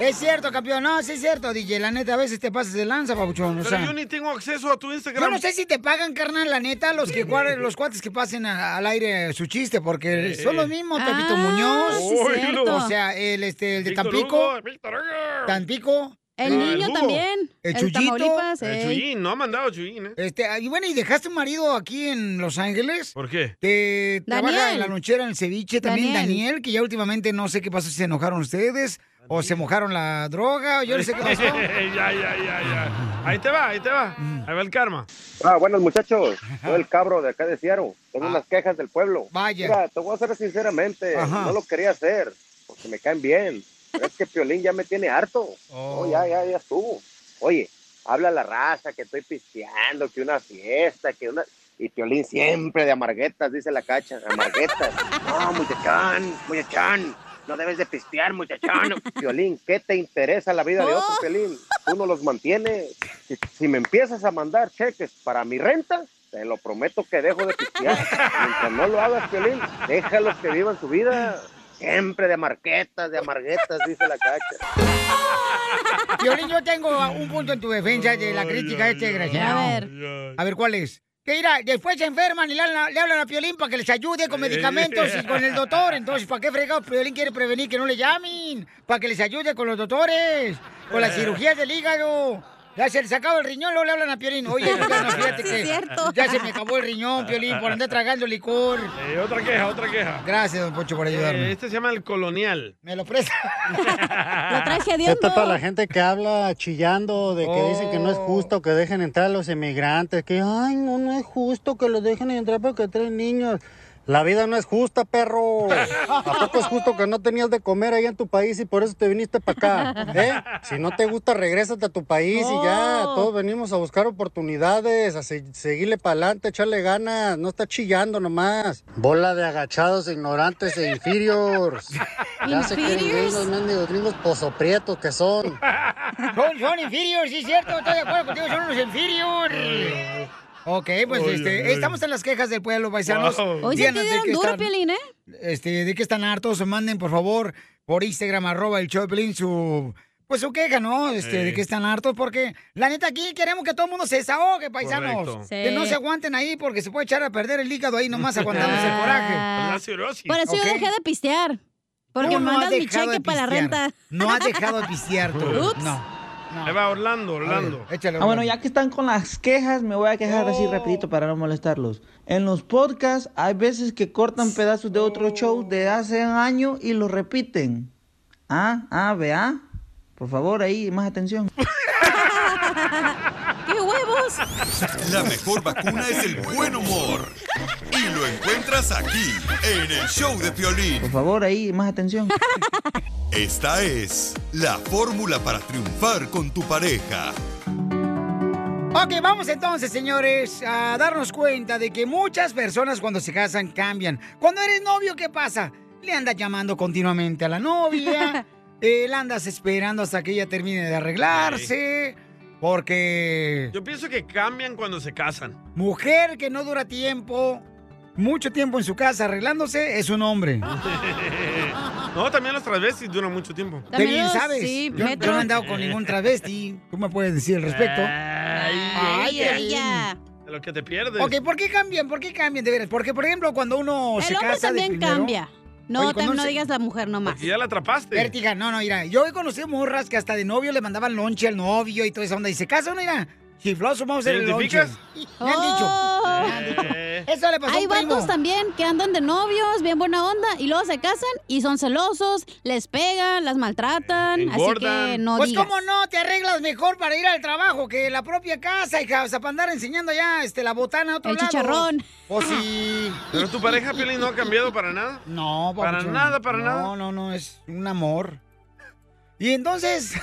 S1: Es cierto, campeón. No, sí es cierto, DJ. La neta, a veces te pasas de lanza, papuchón. O
S2: Pero
S1: sea,
S2: yo ni tengo acceso a tu Instagram.
S1: yo no sé si te pagan, carnal, la neta, los que cuar- los cuates que pasen a- al aire su chiste, porque
S2: Sí.
S1: son los mismos, Tepito
S2: Ah,
S1: Muñoz.
S2: sí es Uy, cierto.
S1: O sea, el este, el de
S2: Víctor
S1: Tampico.
S2: Hugo, Víctor Hugo. Ah,
S1: Tampico.
S2: El No, el niño Hugo. también.
S1: El
S2: El
S1: Chuyito.
S2: Tamaulipas, El ey. Chuyín, no ha mandado Chuyín, ¿eh?
S1: Este, ah, y bueno, ¿y dejaste un marido aquí en Los Ángeles?
S2: ¿Por qué?
S1: Que trabaja
S2: Daniel.
S1: en la lonchera, en el ceviche. También
S2: Daniel.
S1: Daniel. que ya últimamente no sé qué pasó, si se enojaron ustedes, o se mojaron la droga, o yo no sé qué pasó.
S2: ya, ya, ya, ya. Ahí te va, ahí te va.
S1: Mm.
S2: Ahí va el karma.
S23: Ah, buenos muchachos. Soy el cabro de acá de Ciaro. Tengo unas quejas del pueblo.
S1: Ah. Vaya.
S23: Mira, te voy a hacer sinceramente.
S1: Ajá.
S23: No lo quería hacer porque me caen bien. Pero es que Piolín ya me tiene harto.
S1: Oh.
S23: No, ya, ya, ya estuvo. Oye, habla la raza que estoy pisteando, que una fiesta, que una... Y Piolín siempre de amarguetas, dice la cacha. Amarguetas. No, muchachón, muchachón. No debes de pistear, muchachón. Piolín, ¿qué te interesa la vida de otro, Piolín? Tú no los mantienes. Si, si me empiezas a mandar cheques para mi renta, te lo prometo que dejo de pistear. Mientras no lo hagas, Piolín, déjalos que vivan su vida. Siempre de marquetas, de amarguetas, dice la cacha.
S1: Violín, yo tengo un punto en tu defensa de la crítica de este desgraciado.
S23: ay,
S1: A ver, a ver, ¿cuál es? Que mira, después se enferman y le, hablan- le hablan a Piolín para que les ayude con medicamentos y con el doctor. Entonces, ¿para qué fregado Piolín quiere prevenir que no le llamen? Para que les ayude con los doctores, con
S2: Eh.
S1: las cirugías del hígado. Ya se les acaba el riñón, luego le hablan a Piolín. Oye, ya no, fíjate
S2: Sí,
S1: que
S2: es cierto.
S1: ya se me acabó el riñón, Piolín, por andar tragando licor.
S2: Eh, otra queja, otra queja.
S1: Gracias, don Pocho, por ayudarme.
S2: Eh, este se llama el colonial.
S1: Me lo presta.
S2: lo
S12: Es para toda la gente que habla chillando de que dicen que no es justo que dejen entrar a los inmigrantes, que ay, no, no es justo que los dejen entrar porque traen niños. La vida no es justa, perro. ¿A poco es justo que no tenías de comer allá en tu país y por eso te viniste para acá? ¿Eh? Si no te gusta, regrésate a tu país y ya. No. Todos venimos a buscar oportunidades, a se- seguirle para adelante, echarle ganas. No está chillando nomás. Bola de agachados, ignorantes e inferiors. Ya se quieren
S1: Inferiors.
S12: gringos, mendigos gringos pozoprietos que son.
S1: Son, son inferiors, sí, cierto, estoy de acuerdo contigo, son unos inferiors. Ok, pues
S9: Oy,
S1: este,
S9: oy, oy.
S1: estamos en las quejas del pueblo, paisanos.
S9: Wow. Hoy sí te
S1: Díganos de
S9: dieron
S1: qué
S9: duro,
S1: están-
S9: Piolín, ¿eh?
S1: Este, de qué están hartos, manden por favor por Instagram, arroba el show de Piolín, su... Pues su queja, ¿no? Este,
S9: Sí.
S1: de qué están hartos, porque la neta aquí queremos que todo el mundo se desahogue, paisanos.
S9: Correcto. Sí.
S1: Que no se aguanten ahí porque se puede echar a perder el hígado ahí nomás aguantándose el
S2: Ah,
S9: Ah.
S1: coraje.
S3: Por eso yo
S1: Ok.
S3: dejé de pistear. Porque
S1: Tú no
S3: mandas
S1: has
S3: mi
S1: dejado de
S3: cheque para la
S1: pistear.
S3: renta.
S1: No has dejado de pistear tú.
S3: Ups.
S1: No.
S2: Ahí va Orlando, Orlando.
S1: échale,
S5: Ah, bueno, ya que están con las quejas, me voy a quejar así
S1: Oh.
S5: rapidito para no molestarlos. En los podcasts hay veces que cortan pedazos de
S1: Oh.
S5: otro show de hace años y lo repiten. Ah, ah, vea. Por favor, ahí, más atención.
S3: ¡Qué huevos!
S7: La mejor vacuna es el buen humor. Y lo encuentras aquí, en el show de Piolín.
S5: Por favor, ahí, más atención.
S7: Esta es la fórmula para triunfar con tu pareja.
S1: Ok, vamos entonces, señores, a darnos cuenta de que muchas personas cuando se casan cambian. Cuando eres novio, ¿qué pasa? Le andas llamando continuamente a la novia, eh, la andas esperando hasta que ella termine de arreglarse, porque
S2: Yo pienso que cambian cuando se casan.
S1: mujer que no dura tiempo, mucho tiempo en su casa arreglándose, es un hombre.
S2: Ah. no, también las travestis duran mucho tiempo.
S1: Qué bien sabes. yo, yo no he andado con ningún travesti. Tú me puedes decir al respecto.
S2: Ah. Ay, ay, ay. De lo que te pierdes.
S1: Ok, ¿por qué cambian? ¿Por qué cambian de veras? Porque, por ejemplo, cuando uno se
S3: El
S1: casa
S3: hombre
S1: de
S3: también
S1: primero-
S3: cambia. No,
S1: Oye,
S3: tam-
S1: cuando
S3: no
S1: se-
S3: digas la mujer nomás.
S2: Porque Pues ya la atrapaste.
S1: Vértiga, no, no, mira, yo he conocido morras que hasta de novio le mandaban lonche al novio y toda esa onda. Y se casa uno, mira, chifloso, vamos a
S2: ¿Te
S1: hacer el lonche.
S2: identificas?
S1: Me han
S3: Oh.
S1: dicho. Me han dicho. Eso le pasó a
S3: Hay
S1: un primo.
S3: vatos también que andan de novios, bien buena onda, y luego se casan y son celosos, les pegan, las maltratan, así que no
S1: pues
S3: digas.
S1: cómo no, te arreglas mejor para ir al trabajo que la propia casa, hija. O sea, para andar enseñando ya este, la botana a otro
S3: El
S1: lado.
S3: chicharrón.
S1: O si...
S2: ¿Pero tu pareja, Piolín, no ha cambiado para nada?
S1: No,
S2: Para
S1: papuchón.
S2: nada, para
S1: No,
S2: nada.
S1: No, no, no, es un amor. Y entonces,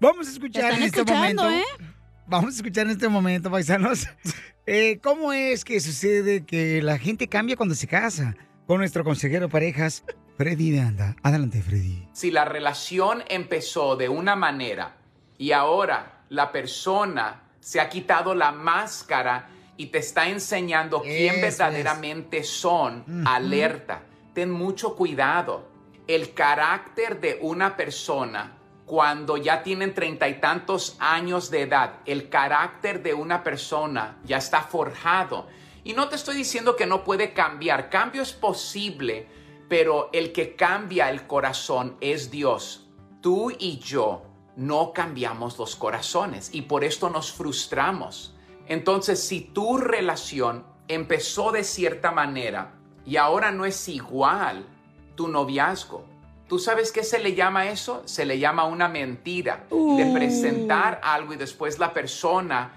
S1: vamos a escuchar en
S3: Te están
S1: este
S3: escuchando,
S1: momento.
S3: ¿eh?
S1: Vamos a escuchar en este momento, paisanos, eh, cómo es que sucede que la gente cambia cuando se casa. Con nuestro consejero de parejas, Freddy de Anda. Adelante, Freddy.
S6: si la relación empezó de una manera y ahora la persona se ha quitado la máscara y te está enseñando quién
S24: Eso es.
S6: verdaderamente son,
S24: Ujú.
S6: alerta, ten mucho cuidado. El carácter de una persona cuando ya tienen treinta y tantos años de edad, el carácter de una persona ya está forjado. Y no te estoy diciendo que no puede cambiar, cambio es posible, pero el que cambia el corazón es Dios. Tú y yo no cambiamos los corazones y por esto nos frustramos. Entonces, si tu relación empezó de cierta manera y ahora no es igual tu noviazgo, ¿tú sabes qué se le llama eso? Se le llama una mentira. De
S24: Uh.
S6: presentar algo y después la persona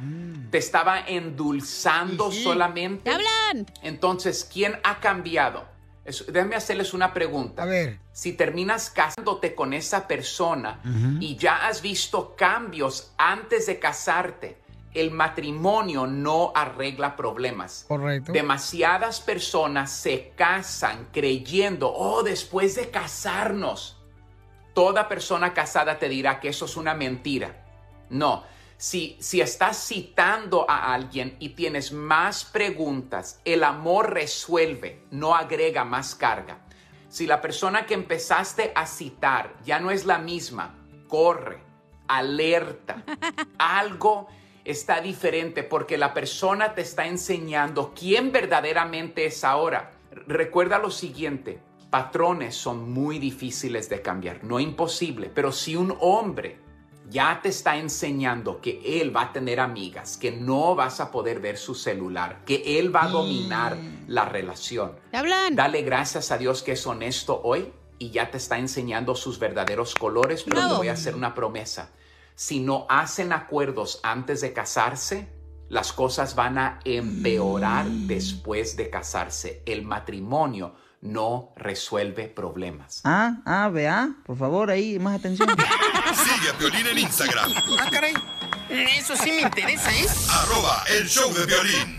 S6: te estaba endulzando solamente.
S3: hablan!
S6: Entonces, ¿quién ha cambiado? Es- déjame hacerles una pregunta.
S1: A ver.
S6: Si terminas casándote con esa persona y ya has visto cambios antes de casarte, el matrimonio no arregla problemas.
S1: Correcto.
S6: Demasiadas personas se casan creyendo, oh, después de casarnos, toda persona casada te dirá que eso es una mentira. No, si, si estás citando a alguien y tienes más preguntas, el amor resuelve, no agrega más carga. Si la persona que empezaste a citar ya no es la misma, corre, alerta. Algo está diferente porque la persona te está enseñando quién verdaderamente es ahora. Recuerda lo siguiente, patrones son muy difíciles de cambiar, no imposible, pero si un hombre ya te está enseñando que él va a tener amigas, que no vas a poder ver su celular, que él va a dominar la relación. Dale gracias a Dios que es honesto hoy y ya te está enseñando sus verdaderos colores, pero te voy a hacer una promesa. Si no hacen acuerdos antes de casarse, las cosas van a empeorar después de casarse. El matrimonio no resuelve problemas.
S5: Ah, ah, vea. Por favor, ahí, más atención.
S7: Sigue a Piolín en Instagram,
S6: Ah, caray.
S21: Eso sí me interesa, ¿eh?
S7: arroba el show de Piolín.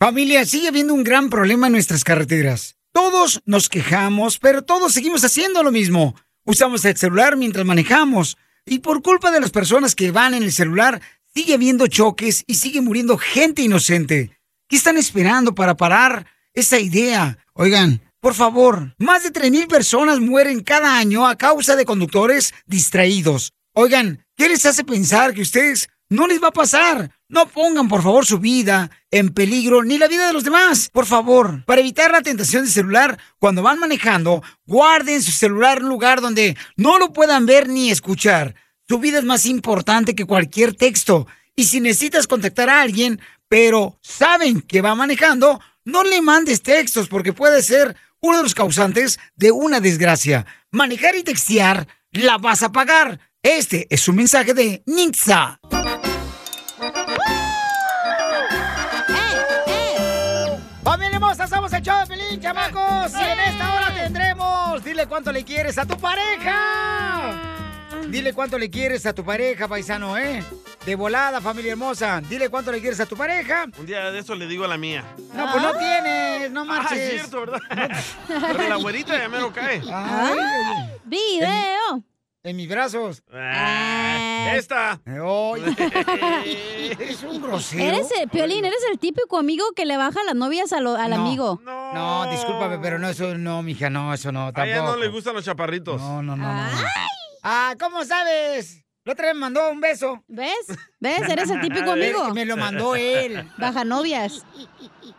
S1: Familia, sigue habiendo un gran problema en nuestras carreteras. Todos nos quejamos, pero todos seguimos haciendo lo mismo. Usamos el celular mientras manejamos. Y por culpa de las personas que van en el celular, sigue habiendo choques y sigue muriendo gente inocente. ¿Qué están esperando para parar esa idea? Oigan, por favor, más de 3.000 personas mueren cada año a causa de conductores distraídos. Oigan, ¿qué les hace pensar que a ustedes no les va a pasar? No pongan, por favor, su vida en peligro ni la vida de los demás. Por favor, para evitar la tentación de celular, cuando van manejando, guarden su celular en un lugar donde no lo puedan ver ni escuchar. Tu vida es más importante que cualquier texto. Y si necesitas contactar a alguien, pero saben que va manejando, no le mandes textos porque puede ser uno de los causantes de una desgracia. Manejar y textear la vas a pagar. Este es un mensaje de Nitsa.
S9: ¡Familia hermosa! ¡Somos el show de Pelín, chamacos! Y en esta hora tendremos...
S1: Dile cuánto le quieres a tu pareja. Dile cuánto le quieres a tu pareja, paisano, ¿eh? De volada, familia hermosa. Dile cuánto le quieres a tu pareja.
S2: Un día de eso le digo a la mía.
S1: No, pues no tienes, no
S2: Ah, es
S1: marches.
S2: cierto, Ah. ¿verdad? Pero la abuelita ya mero cae.
S1: ¡Video! En, mis brazos.
S2: Ah.
S1: Eh.
S2: ¡Esta!
S1: es un grosero.
S3: Eres el, Piolín, eres el típico amigo que le baja las novias a lo- al
S1: No,
S3: amigo.
S1: No, discúlpame, pero no, eso no, mija, no, eso no,
S2: A ella
S1: tampoco.
S2: no le gustan los chaparritos.
S1: No, no, no. Ah, ¿cómo sabes? La otra vez me mandó un beso.
S3: ¿Ves?
S2: ¿Eh?
S3: ¿Ves? Eres el típico amigo.
S1: Me lo mandó él.
S3: Baja novias.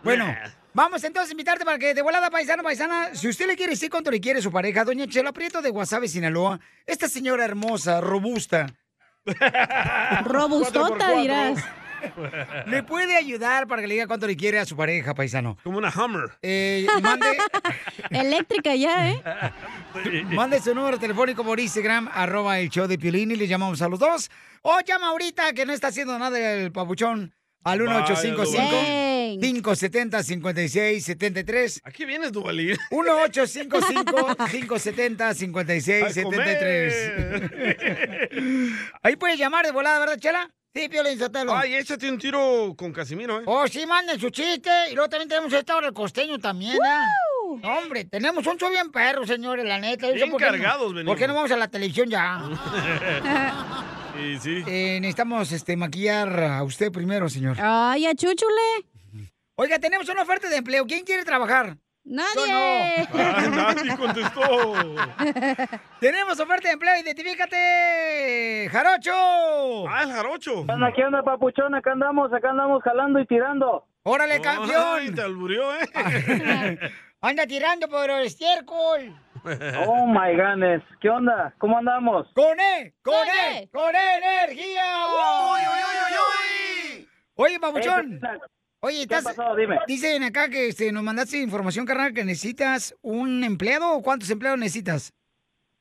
S1: Bueno, vamos entonces a invitarte para que de volada, paisano, paisana, si usted le quiere decir cuánto le quiere su pareja, doña Chela Prieto de Guasave, Sinaloa, esta señora hermosa, robusta.
S3: Robustota, dirás.
S1: Le puede ayudar para que le diga cuánto le quiere a su pareja, paisano.
S2: Como una Hummer.
S1: Eh, mande...
S3: Eléctrica ya, ¿eh?
S1: Mande su número telefónico por Instagram, arroba el show de Piolín y le llamamos a los dos. O llama ahorita que no está haciendo nada el papuchón al
S2: Vaya,
S1: 1855-570-5673.
S2: Aquí vienes, Duvalín.
S1: 1855-570-5673. Ahí puedes llamar de volada, ¿verdad, Chela? Sí, Piolín Sotelo.
S2: Ay, échate un tiro con Casimiro, ¿eh?
S1: Oh, sí, manden su chiste. Y luego también tenemos esta hora el costeño también, ¿ah? No, Hombre, tenemos un show bien perro, señores, la neta. Yo no sé
S2: Bien
S1: por qué no-
S2: cargados venimos.
S1: ¿Por qué no vamos a la televisión ya?
S2: y sí.
S1: Eh, necesitamos este, maquillar a usted primero, señor.
S3: Ay, achúchule.
S1: Oiga, tenemos una oferta de empleo. ¿Quién quiere trabajar?
S3: ¡Nadie!
S2: nadie contestó.
S1: tenemos oferta de empleo. Identifícate, Jarocho.
S2: Ah, el Jarocho.
S24: Aquí onda, papuchón? Acá andamos, acá andamos jalando y tirando.
S1: Órale, campeón.
S2: Ay, te alburió, ¿eh?
S1: Anda tirando por el estiércol.
S24: Oh my ganes, ¿qué onda? ¿Cómo andamos?
S1: ¡Con E! ¡Con E! ¡Con E energía!
S3: Uh.
S1: Oye,
S24: Eh,
S1: papuchón. Oye,
S24: ¿Qué ha
S1: estás...
S24: pasado? Dime.
S1: Dicen acá que este, nos mandaste información, carnal, que necesitas un empleado o cuántos empleados necesitas.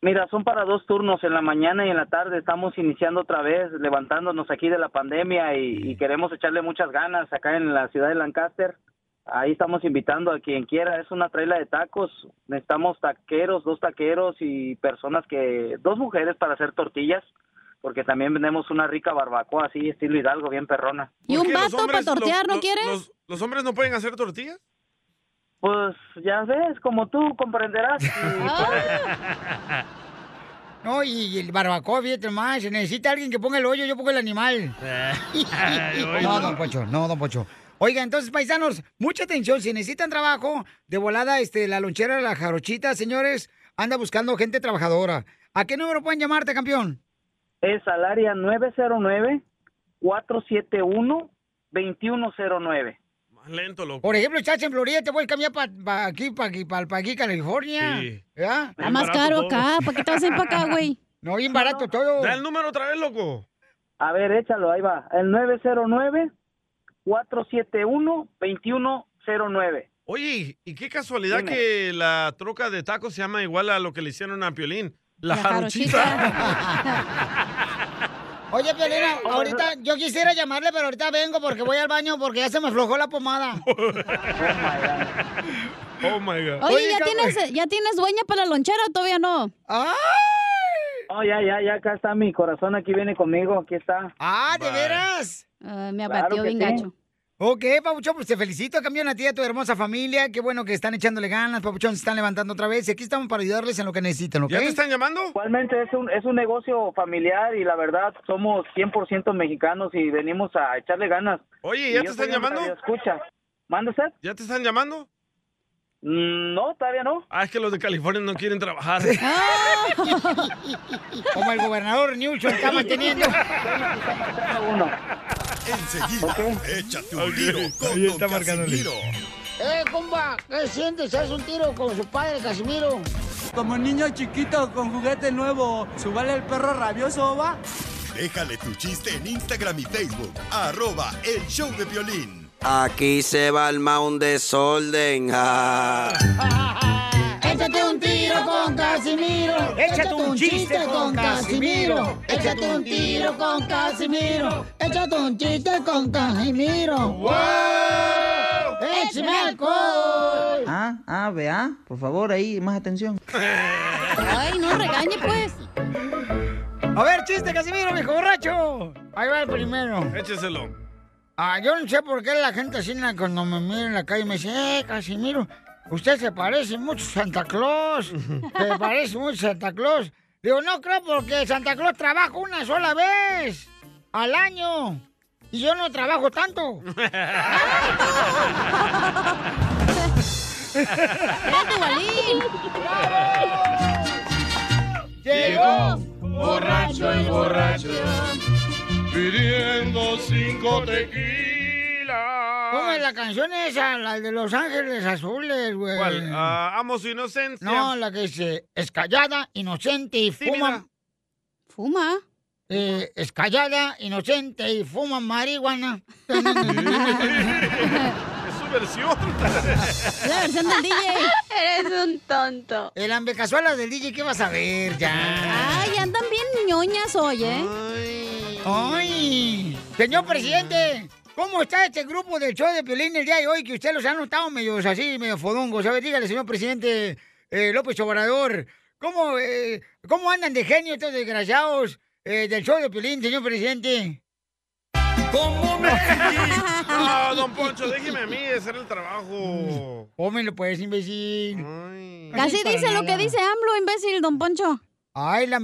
S24: Mira, son para dos turnos, en la mañana y en la tarde. Estamos iniciando otra vez, levantándonos aquí de la pandemia y, y queremos echarle muchas ganas acá en la ciudad de Lancaster. Ahí estamos invitando a quien quiera. Es una traila de tacos. Necesitamos taqueros, dos taqueros y personas que... Dos mujeres para hacer tortillas, porque también vendemos una rica barbacoa así, estilo Hidalgo, bien perrona.
S3: ¿Y un
S2: ¿Por qué los
S3: vato para
S2: hombres
S3: tortear, no quieres?
S2: Los, los hombres no pueden hacer tortillas?
S24: Pues ya ves, como tú comprenderás.
S1: No, y el barbacoa, fíjate más. Se necesita alguien que ponga el hoyo, yo pongo el animal. no, don Pocho, no, don Pocho. Oiga, entonces, paisanos, mucha atención. Si necesitan trabajo, de volada, este, la lonchera, la jarochita, señores, anda buscando gente trabajadora. ¿A qué número pueden llamarte, campeón?
S24: Es al área 909-471-2109.
S2: Más lento, loco.
S1: Por ejemplo, chacha, en Florida te puedes cambiar para aquí, para aquí, para aquí, California.
S2: Sí.
S1: ¿Verdad?
S2: Está más Barato caro todo. acá, ¿para qué te vas a ir para acá, güey?
S1: No, bien barato todo.
S2: Da el número otra vez, loco.
S24: A ver, échalo, ahí va. El 909-471-2109.
S2: Oye, y qué casualidad
S24: Dime.
S2: que la troca de tacos se llama igual a lo que le hicieron a Piolín. La, jarochita.
S1: Oye, Piolina, ahorita yo quisiera llamarle, pero ahorita vengo porque voy al baño porque ya se me aflojó la pomada.
S2: Oh my God.
S3: Oye, ¿ya tienes, ¿ya tienes dueña para la lonchera o todavía no?
S1: Ah,
S24: Oh, ya, ya, ya, acá está mi corazón, aquí viene conmigo, aquí está.
S1: Ah,
S24: ¿de Vale.
S1: veras?
S3: Ah, me
S24: Claro
S3: abatió
S24: que
S3: bien
S24: sí.
S3: gacho.
S25: Ok, Papuchón, pues te felicito, campeón, a ti y a tu hermosa familia. Qué bueno que están echándole ganas, Papuchón, se están levantando otra vez. Y aquí estamos para ayudarles en lo que necesitan, ¿ok?
S2: ¿Ya te están llamando?
S24: Igualmente es un, es un negocio familiar y la verdad somos 100% mexicanos y venimos a echarle ganas.
S2: Oye, ¿ya
S24: Y
S2: te
S24: yo
S2: están
S24: soy un
S2: llamando?
S24: radioescucha. ¿Manda usted?
S2: ¿Ya te están llamando?
S24: No, todavía no.
S2: Ah, es que los de California no quieren trabajar.
S25: Como el gobernador Newsom está manteniendo.
S7: Enseguida, échate un tiro con
S25: Ahí está
S7: Don Casimiro.
S1: ¡Eh, compa! ¿Qué sientes? ¿Haz un tiro con su padre, Casimiro?
S14: Como niño chiquito con juguete nuevo, subale el perro rabioso, va.
S7: Déjale tu chiste en Instagram y Facebook, arroba el show de violín.
S26: Aquí se va el mound desorden.
S1: Échate un tiro con Casimiro. Échate un chiste con Casimiro. Échate un tiro con Casimiro. Échate un chiste con Casimiro. ¡Wow! ¡Échame alcohol!
S27: Ah, ah, vea, por favor, ahí, más atención.
S3: Ay, no regañe, pues.
S25: A ver, chiste, Casimiro, viejo borracho. Ahí va el primero.
S2: Écheselo.
S1: Ah, yo no sé por qué la gente así na- cuando me mira en la calle me dice, eh, Casimiro, usted se parece mucho a Santa Claus. Se parece mucho a Santa Claus. Digo, no creo porque Santa Claus trabaja una sola vez al año. Y yo no trabajo tanto.
S9: Llegó borracho el borracho
S2: pidiendo cinco tequilas.
S1: ¿Cómo es la canción esa? La de Los Ángeles Azules, güey.
S2: ¿Cuál? Ah, amo su inocencia.
S1: No, la que dice, es callada, inocente y fuma. ¿Fuma? Eh, es callada, inocente y fuma marihuana.
S2: Es su versión.
S1: La versión del DJ. Eres un tonto. El ambecazuela del DJ, ¿qué vas a ver ya?
S3: Ay, andan bien ñoñas hoy, ¿eh?
S1: ¡Ay! Señor presidente, ¿cómo está este grupo del show de Piolín el día de hoy? Que ustedes los han notado medios así, medio fodongos. A ver, dígale, señor presidente eh, López Obrador, ¿cómo, eh, ¿cómo andan de genio estos desgraciados eh, del show de Piolín, señor presidente? ¿Cómo me
S2: No, Ah, don Poncho, déjeme a mí hacer el trabajo. Ah.
S1: Pómelo pues, imbécil.
S3: Casi dice lo que dice AMLO, imbécil, don Poncho.
S1: Ay, la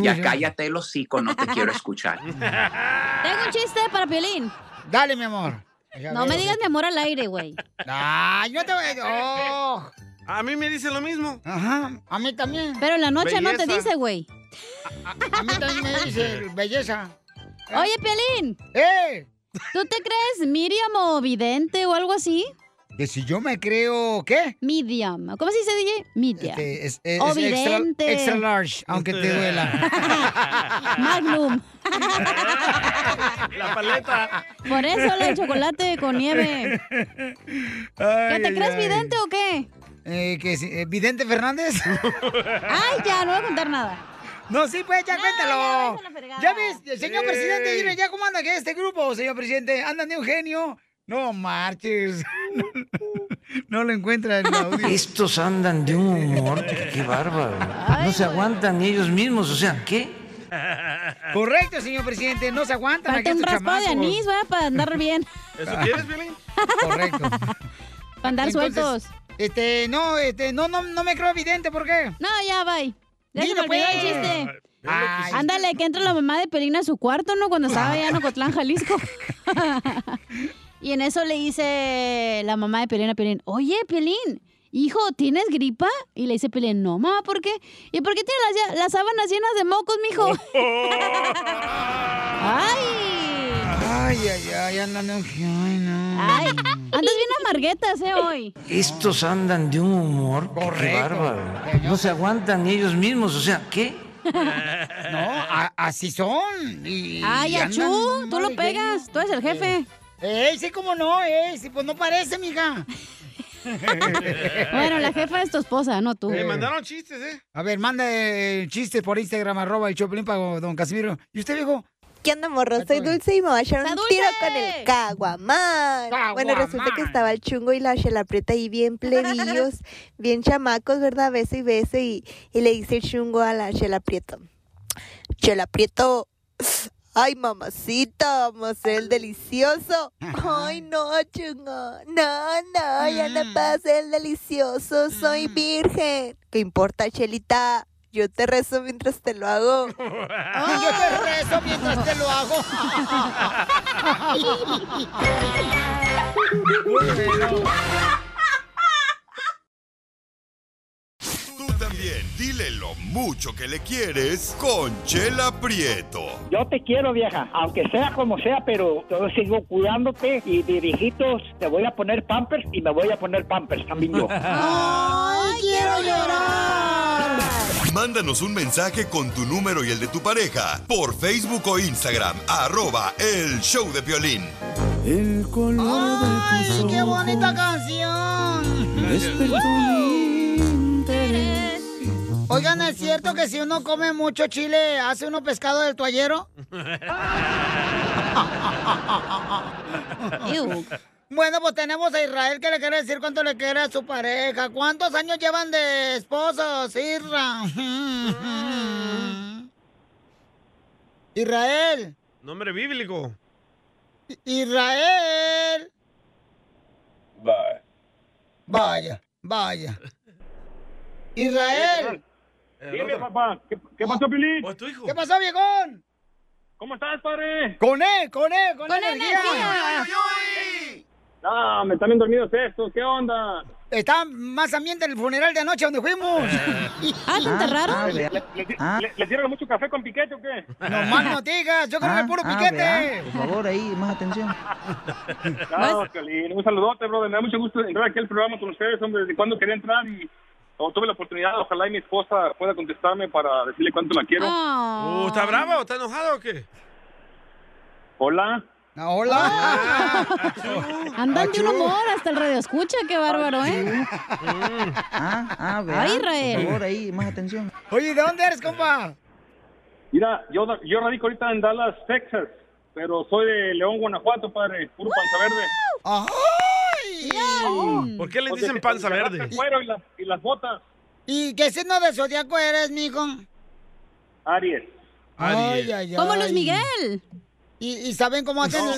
S6: Ya cállate el hocico, no te quiero escuchar.
S3: Tengo un chiste para Piolín.
S1: Dale, mi amor.
S3: No me digas mi amor al aire, güey.
S1: Ay, no te voy a...
S2: A mí me dice lo mismo.
S1: Ajá, a mí también.
S3: Pero en la noche no te
S2: Belleza.
S3: dice, güey.
S1: A mí también me dice belleza.
S3: Oye, Piolín.
S1: ¡Eh!
S3: ¿Tú te crees Miriam o vidente o algo así?
S1: Que si yo me creo, ¿qué?
S3: Medium. ¿Cómo se dice, DJ? Medium.
S1: Este, es, es-
S3: o
S1: es extra,
S3: vidente.
S1: extra large, aunque
S2: Este.
S1: te duela.
S3: Magnum.
S2: La paleta.
S3: Por eso el chocolate con nieve. ¿Qué te crees vidente o qué?
S1: Eh, que si- eh, ¿Vidente Fernández?
S3: Ay, ya, no voy a contar nada.
S1: No, sí, pues ya
S3: ya,
S1: cuéntalo.
S3: vete a la fregada.
S1: Ya ves, el señor
S3: Ey.
S2: Eh.
S1: presidente, mire ya cómo anda que este grupo, señor presidente. Andan de un genio. No marches. No, lo encuentra en el audio.
S18: Estos andan de un humor que qué bárbaro. No se aguantan ni ellos mismos, o sea, ¿qué?
S1: Correcto, señor presidente, no se aguantan.
S3: Falta
S1: aquí
S3: un
S1: estos
S3: raspo de
S1: chamacos.
S3: anís, ¿verdad? Para andar bien.
S2: ¿Eso quieres, Billy?
S1: Correcto.
S3: Para andar
S1: Entonces,
S3: sueltos.
S1: Este, no, este, no, no, no me creo evidente, ¿por qué?
S3: No, ya, bye. Ya se
S1: Dilo,
S3: me olvidó el
S1: pues.
S3: chiste.
S1: Ay,
S3: Ándale, que entra la mamá de Pelín a su cuarto, ¿no? Cuando estaba allá en Ocotlán, Jalisco. y en eso le dice la mamá de Pelín a Pelín, oye, Pelín, hijo, ¿tienes gripa? Y le dice Pelín, no, mamá, ¿por qué? ¿Y por qué tiene las, las sábanas llenas de mocos, mijo? ¡Ay!
S1: Ay, ay, ay, andan de un genio. Ay, no.
S3: ¡Ay! Andas bien amarguetas, ¿eh, hoy?
S18: Estos andan de un humor que qué
S1: Correcto.
S18: bárbaro. No se aguantan ni ellos mismos, o sea, ¿qué?
S1: No, a- así son. Y,
S3: ¡Ay,
S1: y andan
S3: achú! Tú lo
S1: mal
S3: pegas, tú eres el jefe.
S1: eh, Ey, sí, cómo no, ey, sí, pues no parece, mija.
S3: Bueno, la jefa es tu esposa, no tú.
S2: Me mandaron chistes, ¿eh?
S1: A ver, manda eh, chistes por Instagram, arroba el Choplin para don Casimiro. ¿Y usted, viejo?
S28: ¿Qué onda, morro? Soy Dulce y me voy a echar un
S3: ¡Está
S28: tiro
S3: Dulce!
S28: con el caguamán. Bueno, resulta que
S3: Caguamán.
S28: estaba el chungo y la chelapreta ahí bien plebillos, bien chamacos, ¿verdad? Beso y beso y, y le dice el chungo a la chelaprieto. Chelaprieto, Ay, mamacita, vamos a hacer el delicioso. Ay, no, chungo. No, no, ya no puedo hacer el delicioso. Soy virgen. ¿Qué importa, Chelita? Yo te rezo mientras te lo hago.
S1: Yo te rezo mientras te lo hago.
S7: Tú también, dile lo mucho que le quieres con Chela Prieto.
S14: Yo te quiero, vieja, aunque sea como sea, pero yo sigo cuidándote y de viejitos te voy a poner pampers y me voy a poner pampers también yo.
S1: ¡Ay, quiero llorar!
S7: Mándanos un mensaje con tu número y el de tu pareja por Facebook o Instagram, arroba el show de violín.
S1: El color ¡Ay, qué bonita canción! Oigan, ¿es cierto que si uno come mucho chile, hace uno pescado del toallero? Bueno, pues tenemos a Israel que le quiere decir cuánto le quiere a su pareja. ¿Cuántos años llevan de esposos, Isra? Israel,
S2: Nombre bíblico.
S1: Israel.
S2: Bye.
S1: Vaya, vaya. Israel.
S29: Dime, papá, ¿qué, qué pasó, Pilín?
S2: tu hijo?
S1: ¿Qué pasó, viejón?
S29: ¿Cómo estás, padre?
S1: Con él, con él, con,
S29: Con
S1: energía.
S29: energía. No, me están bien dormidos estos, ¿qué onda?
S1: Está más ambiente el funeral de anoche donde fuimos.
S29: Ah, ¿te enterraron? Ah, vea. ¿Le, le- le dieron mucho café con piquete o qué?
S1: No más no digas, yo creo que
S29: Ah,
S1: el puro
S29: ah,
S1: piquete.
S29: vea,
S30: Por favor, ahí, más atención.
S29: No, Piolín, un saludote, brother. Me da mucho gusto entrar aquí al programa con ustedes, hombre. Desde cuando quería entrar y o tuve la oportunidad, ojalá y mi esposa pueda contestarme para decirle cuánto la quiero.
S1: Ah.
S2: Uh, ¿Está brava o está enojada o qué?
S29: Hola.
S1: hola.
S3: Ah, Andan de un humor hasta el radio escucha, qué bárbaro, ¿eh?
S2: Mm.
S30: Ah, ah, vea.
S3: Ay, Israel.
S30: Por favor, ahí, más atención.
S1: Oye, ¿de dónde eres, compa?
S29: Mira, yo, yo radico ahorita en Dallas, Texas, pero soy de León, Guanajuato, padre. Puro panza verde.
S1: ¡Ay!
S2: ¿Por qué le dicen panza verde?
S29: El cuero y las, y las botas.
S1: ¿Y qué signo de zodiaco eres, mijo?
S29: Aries.
S1: Ay, ay, ay.
S29: Como Luis
S1: Miguel. ¿Y, y saben cómo hacen el,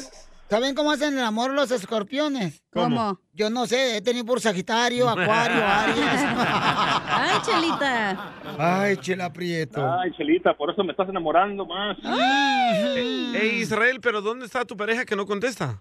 S1: saben cómo hacen el amor los escorpiones?
S29: ¿Cómo?
S1: Yo no sé, he tenido por Sagitario, Acuario, Aries.
S3: Ay, Chelita.
S1: Ay, Chela Prieto.
S29: Ay, Chelita, por eso me estás enamorando más.
S2: Eh, eh, Israel, pero ¿dónde está tu pareja que no contesta?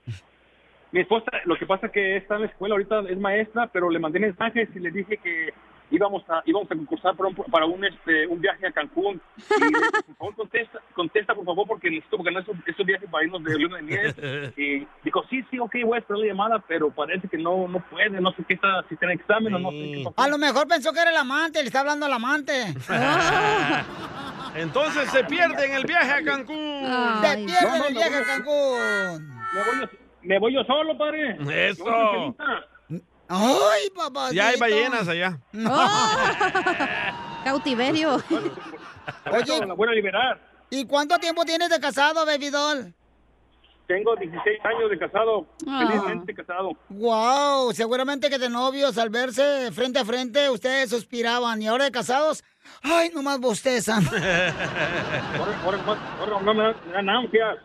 S29: Mi esposa, lo que pasa es que está en la escuela, ahorita es maestra, pero le mandé mensajes y le dije que íbamos a, íbamos a concursar para un, para un, este, un viaje a Cancún. Y le dije, por favor, contesta, contesta, por favor, porque necesito ganar esos, esos viajes para irnos de luna de miel. Y dijo, sí, sí, ok, voy a esperar la llamada, pero parece que no, no puede, no sé qué está, si está en examen o no sé qué
S1: A lo mejor pensó que era el amante, le está hablando al amante.
S29: Ah.
S2: Entonces se pierde en el viaje a Cancún.
S29: Ah,
S1: Se pierde el viaje a Cancún.
S29: Me voy, yo- me voy yo solo, padre.
S2: Eso.
S29: Me voy con Chelita.
S1: Ay, papá.
S2: Ya hay ballenas allá.
S3: Oh. Cautiverio.
S1: Oye.
S29: La voy a liberar.
S1: ¿Y cuánto tiempo tienes de casado, baby doll?
S29: Tengo 16 años de casado,
S1: Ah.
S29: felizmente casado.
S1: Wow, seguramente que de novios al verse frente a frente ustedes suspiraban y ahora de casados, ay, nomás bostezan.
S29: Ahora, ahora nomás- ahora nomás me dan- me dan ansias.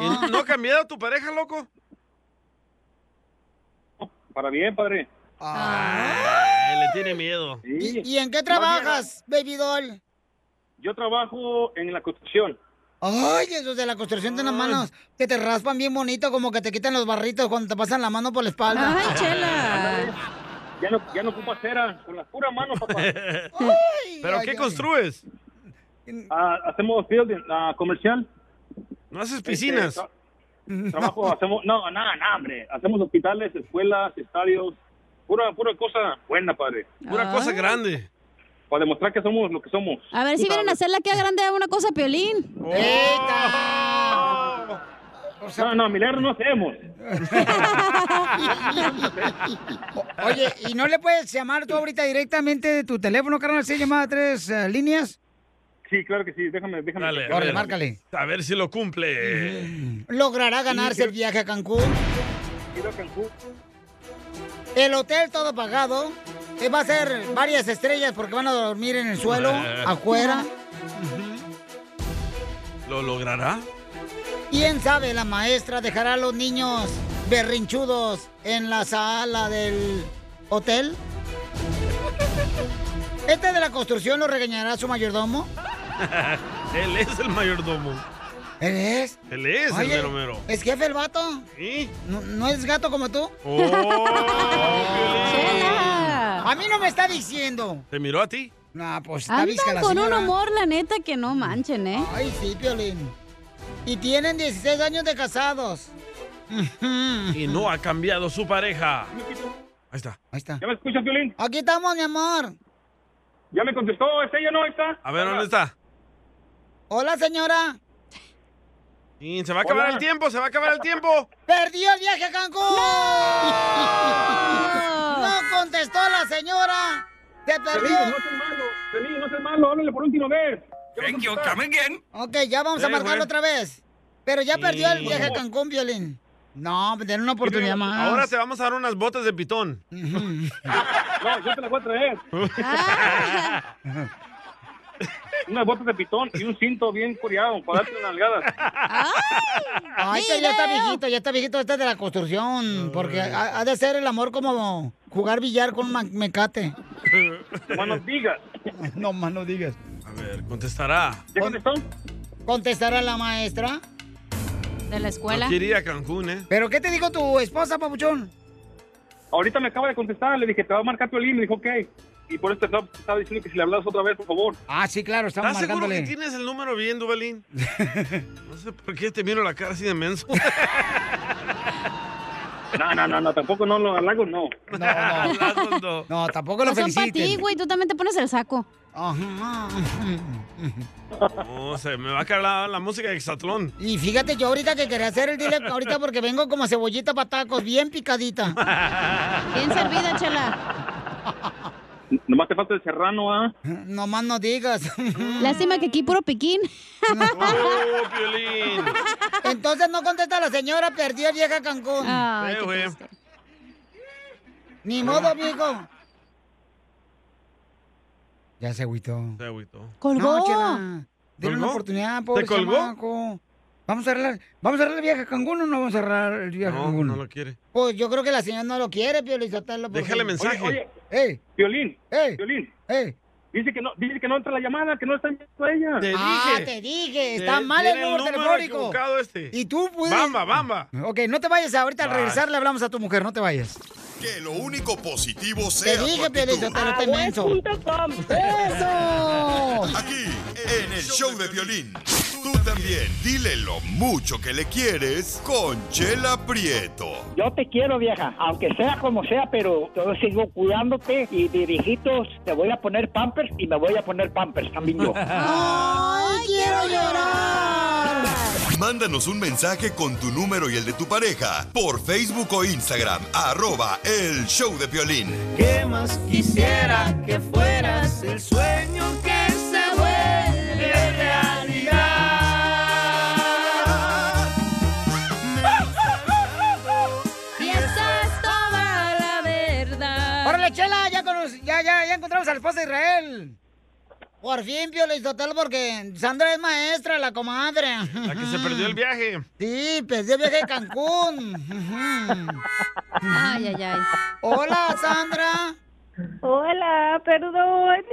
S2: ¿Y ¿No ha cambiado tu pareja, loco?
S29: Para bien, padre.
S2: Ay, le tiene miedo.
S29: Sí.
S1: Ah. ¿Y en qué trabajas, baby doll?
S29: Yo trabajo en la construcción.
S1: Ay, esos de la
S29: ah,
S1: construcción de
S2: Ah.
S1: las manos que te raspan bien bonito, como que te quitan los barritos cuando te pasan la mano por la espalda.
S29: Ay, Ya no, ya no ocupa cera, con las puras manos, papá.
S2: ¿Pero qué construyes?
S29: Ah, hacemos building ah, comercial. Este,
S2: ¿No haces piscinas?
S29: trabajo, hacemos... No, nada, nada, hombre. Hacemos hospitales, escuelas, estadios. Pura, pura cosa buena, padre.
S2: Pura cosa Ay. grande.
S29: Para demostrar que somos lo que somos.
S3: A ver si vienen a hacer la que grande a una cosa, Piolín.
S29: No, no, milagro no hacemos.
S1: Oye, ¿y no le puedes llamar tú ahorita directamente de tu teléfono, carnal? ¿Sí llamada a tres eh, líneas?
S29: Sí, claro que sí. Déjame, déjame.
S2: Dale,
S1: Órale, márcale.
S2: A ver si lo cumple.
S1: ¿Logrará ganarse el viaje a Cancún? El hotel todo pagado. eh, Va a ser varias estrellas porque van a dormir en el suelo,
S2: Ah.
S1: afuera.
S2: ¿Lo logrará?
S1: ¿Quién sabe la maestra dejará a los niños berrinchudos en la sala del hotel? ¿Este de la construcción lo regañará su mayordomo?
S2: Él es el mayordomo.
S1: ¿Él es?
S2: Él es el
S1: Oye,
S2: mero mero.
S1: ¿Es jefe el vato?
S2: Sí.
S1: ¿No, no es gato como tú?
S2: Oh,
S9: Oh.
S1: ¡Chela! A mí no me está diciendo.
S2: ¿Te miró a ti?
S1: No, pues bizca
S3: Andan
S1: la
S3: con un
S1: señora.
S3: humor, la neta, que no manchen, ¿eh?
S1: Ay, sí, Piolín. Y tienen 16 años de casados.
S2: Y no ha cambiado su pareja. Ahí está.
S1: Ahí está.
S29: ¿Ya me escuchas, Violín?
S1: Aquí estamos, mi amor.
S29: Ya me contestó, ¿es ella o no está?
S2: A ver, ¿dónde está?
S1: Hola, señora.
S2: Y se va a acabar
S1: Hola.
S2: el tiempo, se va a acabar el tiempo.
S1: ¡Perdió el viaje a Cancún! ¡No! contestó la señora! ¡Te
S29: Feliz, no
S1: perdió!
S29: seas malo. Feliz, no seas malo. Háblale por última vez. Thank you, come again.
S1: Ok, ya vamos a
S29: Sí,
S1: marcarlo
S29: güey.
S1: otra vez. Pero ya perdió el
S2: Sí.
S1: viaje a Cancún, Violín. No, den una oportunidad más.
S2: Ahora te vamos a dar unas botas de pitón.
S29: No, yo te las voy a traer.
S1: Ah.
S29: Unas botas de pitón y un cinto bien coreado para darte unas nalgadas.
S1: Ay, que ya está viejito, ya está viejito este de la construcción. Porque ha, ha de ser el amor como jugar billar con un ma- mecate.
S29: Bueno, digas.
S1: No más no digas.
S2: A ver, contestará.
S29: ¿Ya contestó?
S1: ¿Contestará la maestra?
S3: De la
S2: No
S3: escuela.
S2: quería Cancún, ¿eh?
S1: ¿Pero qué te dijo tu esposa, papuchón?
S29: Ahorita me acaba de contestar, le dije, te va a marcar tu línea. Me dijo, ok. Y por eso te estaba- estaba diciendo que si le hablabas otra vez, por favor.
S1: Ah, sí, claro, estamos
S2: ¿Estás seguro que
S1: marcándole.
S2: tienes el número bien, Dubalín? No sé por qué te miro la cara así de menso.
S29: No, no, no, no, tampoco no, los halagos no.
S2: No, no.
S1: No, tampoco lo
S3: No Pues son para ti,
S1: feliciten.
S3: güey. Tú también te pones el saco.
S2: No, se me va a caer la, la música de Exatlón.
S1: Y fíjate, yo ahorita que quería hacer el dile ahorita porque vengo como cebollita para tacos, bien picadita.
S3: Bien servida, chela.
S29: Nomás te falta el serrano, ¿ah?
S1: Nomás no digas.
S3: Lástima que aquí puro piquín.
S2: ¡Oh, Piolín!
S1: Entonces no contesta la señora, perdió el viaje a Cancún.
S3: Ay,
S2: Eh, güey.
S1: Ni modo, amigo. Ya se agüitó.
S2: Se agüitó.
S1: No, chela. Dile una
S2: ¿Colgó?
S1: oportunidad,
S2: ¿Te
S1: pobre
S2: colgó?
S1: chamaco. Vamos a arreglar, vamos a arreglar el viaje a Cancún o no vamos a arreglar el viaje a
S2: No,
S1: Cancún.
S2: no lo quiere.
S1: Pues yo creo que la señora no lo quiere, Pio Lizotelo. porque-
S2: Déjale mensaje.
S29: Oye,
S1: ¡Ey!
S29: Violín,
S1: ¡Ey!
S29: Violín.
S1: ¡Ey!
S29: Dice que no, dice que no entra la llamada, que no está enviando a ella.
S1: ah, te dije, está
S2: Te-
S1: mal el
S2: tiene el
S1: número
S2: número
S1: telefónico.
S2: equivocado este.
S1: Y tú puedes.
S2: Bamba, bamba.
S1: Ok, no te vayas ahorita al
S7: Bye.
S1: regresar, le hablamos a tu mujer, no te vayas.
S7: Que lo único positivo
S1: Te
S7: sea tu
S1: dije, Pio
S7: actitud.
S1: Lizotelo, está inmenso. ¡Eso!
S7: Aquí, en el show de violín. Tú también, dile lo mucho que le quieres con Chela Prieto.
S14: Yo te quiero, vieja, aunque sea como sea, pero yo sigo cuidándote y de viejitos te voy a poner pampers y me voy a poner pampers también yo.
S1: ¡Ay, quiero llorar!
S7: Mándanos un mensaje con tu número y el de tu pareja por Facebook o Instagram, arroba el show de violín.
S9: ¿Qué más quisiera que fueras el sueño que se vuelve realidad?
S3: Y esa es toda la verdad.
S1: ¡Órale, Chela! Ya, cono- ya, ya, ya encontramos a la esposa de Israel. Por fin, Pio Lizotelo, porque Sandra es maestra, la comadre.
S2: La que se perdió el viaje.
S1: Sí, perdí el viaje a Cancún. Ujú.
S3: Ay, ay, ay.
S1: Hola, Sandra.
S4: Hola, perdón.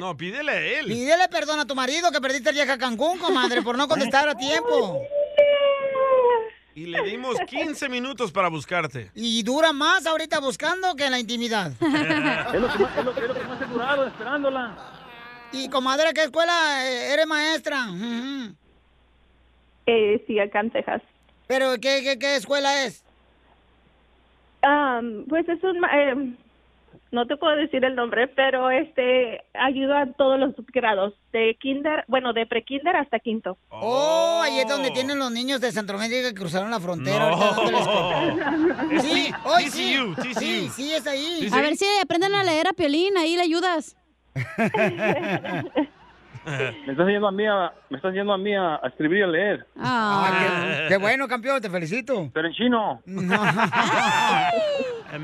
S2: No, pídele eh. a él.
S1: Pídele perdón a tu marido que perdiste el viaje a Cancún, comadre, por no contestar a tiempo.
S2: Y le dimos 15 minutos para buscarte.
S1: Y dura más ahorita buscando que en la intimidad.
S29: Es lo que más, es lo, es lo que más he durado esperándola.
S1: Y comadre, ¿qué escuela eh, eres maestra?
S4: Eh, sí, acá en Texas.
S1: ¿Pero qué, qué, qué escuela es?
S4: Am, pues es un... ma- em, no te puedo decir el nombre, pero este ayuda a todos los grados, de kinder, bueno, de pre-kinder hasta quinto.
S1: Oh, ahí es donde tienen los niños de Centroamérica que cruzaron la frontera. ahorita dándoles coca. Sí, hoy sí.
S2: TCU, TCU.
S1: Sí, sí, es ahí.
S3: A ver si aprenden a leer a Piolín, ahí le ayudas.
S29: Me estás yendo a mí a, me estás yendo a mí a, a escribir y a leer.
S1: Ah, qué, qué bueno, campeón, te felicito.
S29: Pero en chino.
S2: En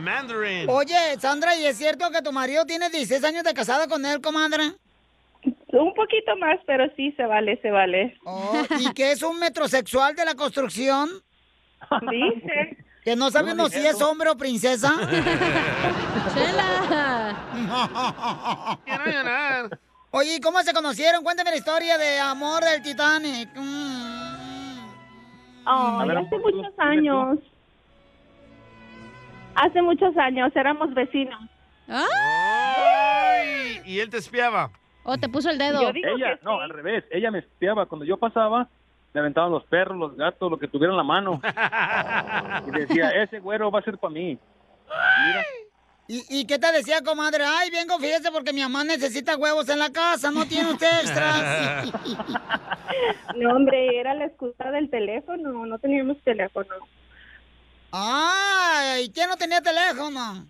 S2: Mandarin.
S1: Oye, Sandra, ¿y es cierto que tu marido tiene 16 años de casada con él, comadre?
S4: Un poquito más, pero sí se vale, se vale.
S1: Oh, ¿Y que es un metrosexual de la construcción?
S4: Dice.
S1: Que no sabemos si es hombre o princesa.
S9: ¡Chela!
S1: Quiero llorar. Oye, ¿y ¿cómo se conocieron? Cuéntame la historia de amor del Titanic. Mm,
S4: Oh,
S12: A ver,
S4: hace muchos años. Hace muchos años éramos vecinos.
S2: ¡Ay! Y él te espiaba.
S3: O Oh, te puso el dedo.
S29: Ella, no, al revés. Ella me espiaba. Cuando yo pasaba, le aventaban los perros, los gatos, lo que tuviera en la mano. y decía, ese güero va a ser para mí.
S1: ¿Y, y qué te decía, comadre? Ay, vengo, fíjese, porque mi mamá necesita huevos en la casa, no tiene usted extras.
S4: No, hombre, era la excusa del teléfono, no teníamos teléfono.
S1: Ah, Ay, ¿quién no tenía teléfono?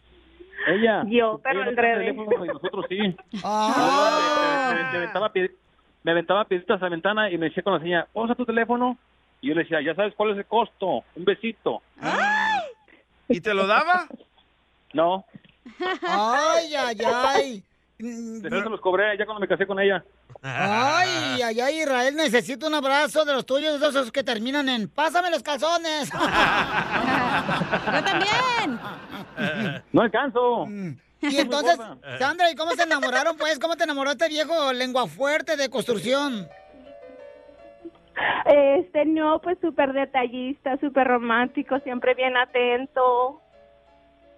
S29: Ella.
S4: Yo,
S29: Ella
S4: pero
S29: no
S4: al
S29: tenía
S4: revés.
S29: teléfono y nosotros sí.
S1: Ah.
S29: Me, me aventaba pie- me aventaba piedritas a la ventana y me decía con la señal, usa tu teléfono. Y yo le decía, ya sabes cuál es el costo. Un besito.
S2: ¿Y te lo daba?
S29: No,
S1: Ay, ay, ay.
S29: después se los cobré ya cuando me casé con ella.
S1: Mm, Ay, ay, ay, Israel, necesito un abrazo de los tuyos, de esos que terminan en pásame los calzones. Yo también.
S29: No alcanzo.
S1: Y entonces, Sandra, ¿y cómo se enamoraron, pues? ¿Cómo te enamoró este viejo lengua fuerte de construcción?
S4: Este, no, pues súper detallista, súper romántico, siempre bien atento.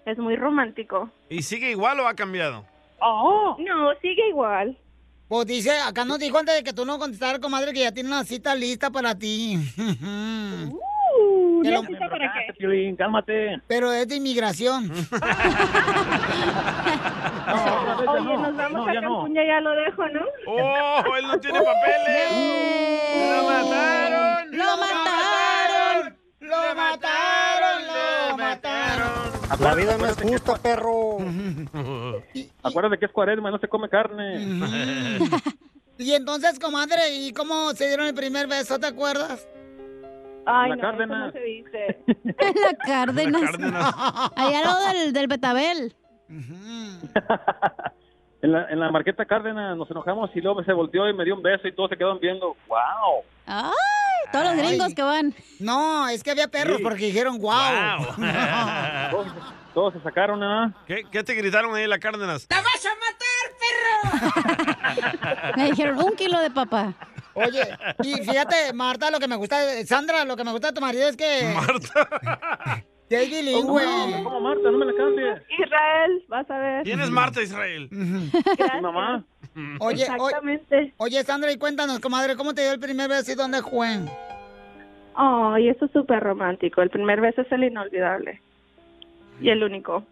S4: Es muy romántico.
S2: ¿Y sigue igual o ha cambiado?
S4: Oh. No, sigue igual.
S1: Pues dice, acá nos dijo antes de que tú no contestaras, comadre, que ya tiene una cita lista para ti.
S4: Uh, ¿una cita para qué?
S29: Piolín, cálmate.
S1: Pero es de inmigración.
S4: Oye, nos vamos
S1: no,
S4: a
S1: ya no.
S4: Cancún, ya, ya lo dejo, ¿no?
S2: ¡Oh, él no tiene papeles! ¡Lo mataron!
S1: ¡Lo mataron! ¡Lo mataron! ¡Lo mataron!
S12: La vida no es justa, perro.
S29: Acuérdate que es cuaresma, no se come carne.
S1: Y entonces, comadre, ¿y cómo se dieron el primer beso? ¿Te acuerdas?
S4: Ay,
S1: La
S4: no,
S1: Cárdenas.
S4: eso no se dice.
S3: La Cárdenas. Allá al lado del, del Betabel.
S29: En la, en la marqueta Cárdenas nos enojamos y luego se volteó y me dio un beso y todos se quedaron viendo. ¡Wow!
S3: Ay, todos los gringos que van.
S1: No, es que había perros
S29: Sí.
S1: porque dijeron
S2: Ah,
S1: wow.
S29: Oh. todos, todos se sacaron,
S2: oh.
S29: ¿ah?
S2: ¿Qué, qué te gritaron ahí en la Cárdenas?
S1: ¡La vas
S3: Me dijeron un kilo de papa.
S1: Oye, y fíjate, Marta, lo que me gusta, de- Sandra, lo que me gusta de tu marido es que. Marta. Que es bilingüe.
S29: ¿Cómo Marta? No me la cambies.
S4: Israel, vas a ver.
S2: ¿Quién es Marta Israel?
S4: Gracias.
S29: mamá?
S1: Mm. Oye, o- oye, Sandra, y cuéntanos, comadre, ¿cómo te dio el primer beso y dónde fue?
S4: Oh, y eso es súper romántico. El primer beso es el inolvidable. Y el único.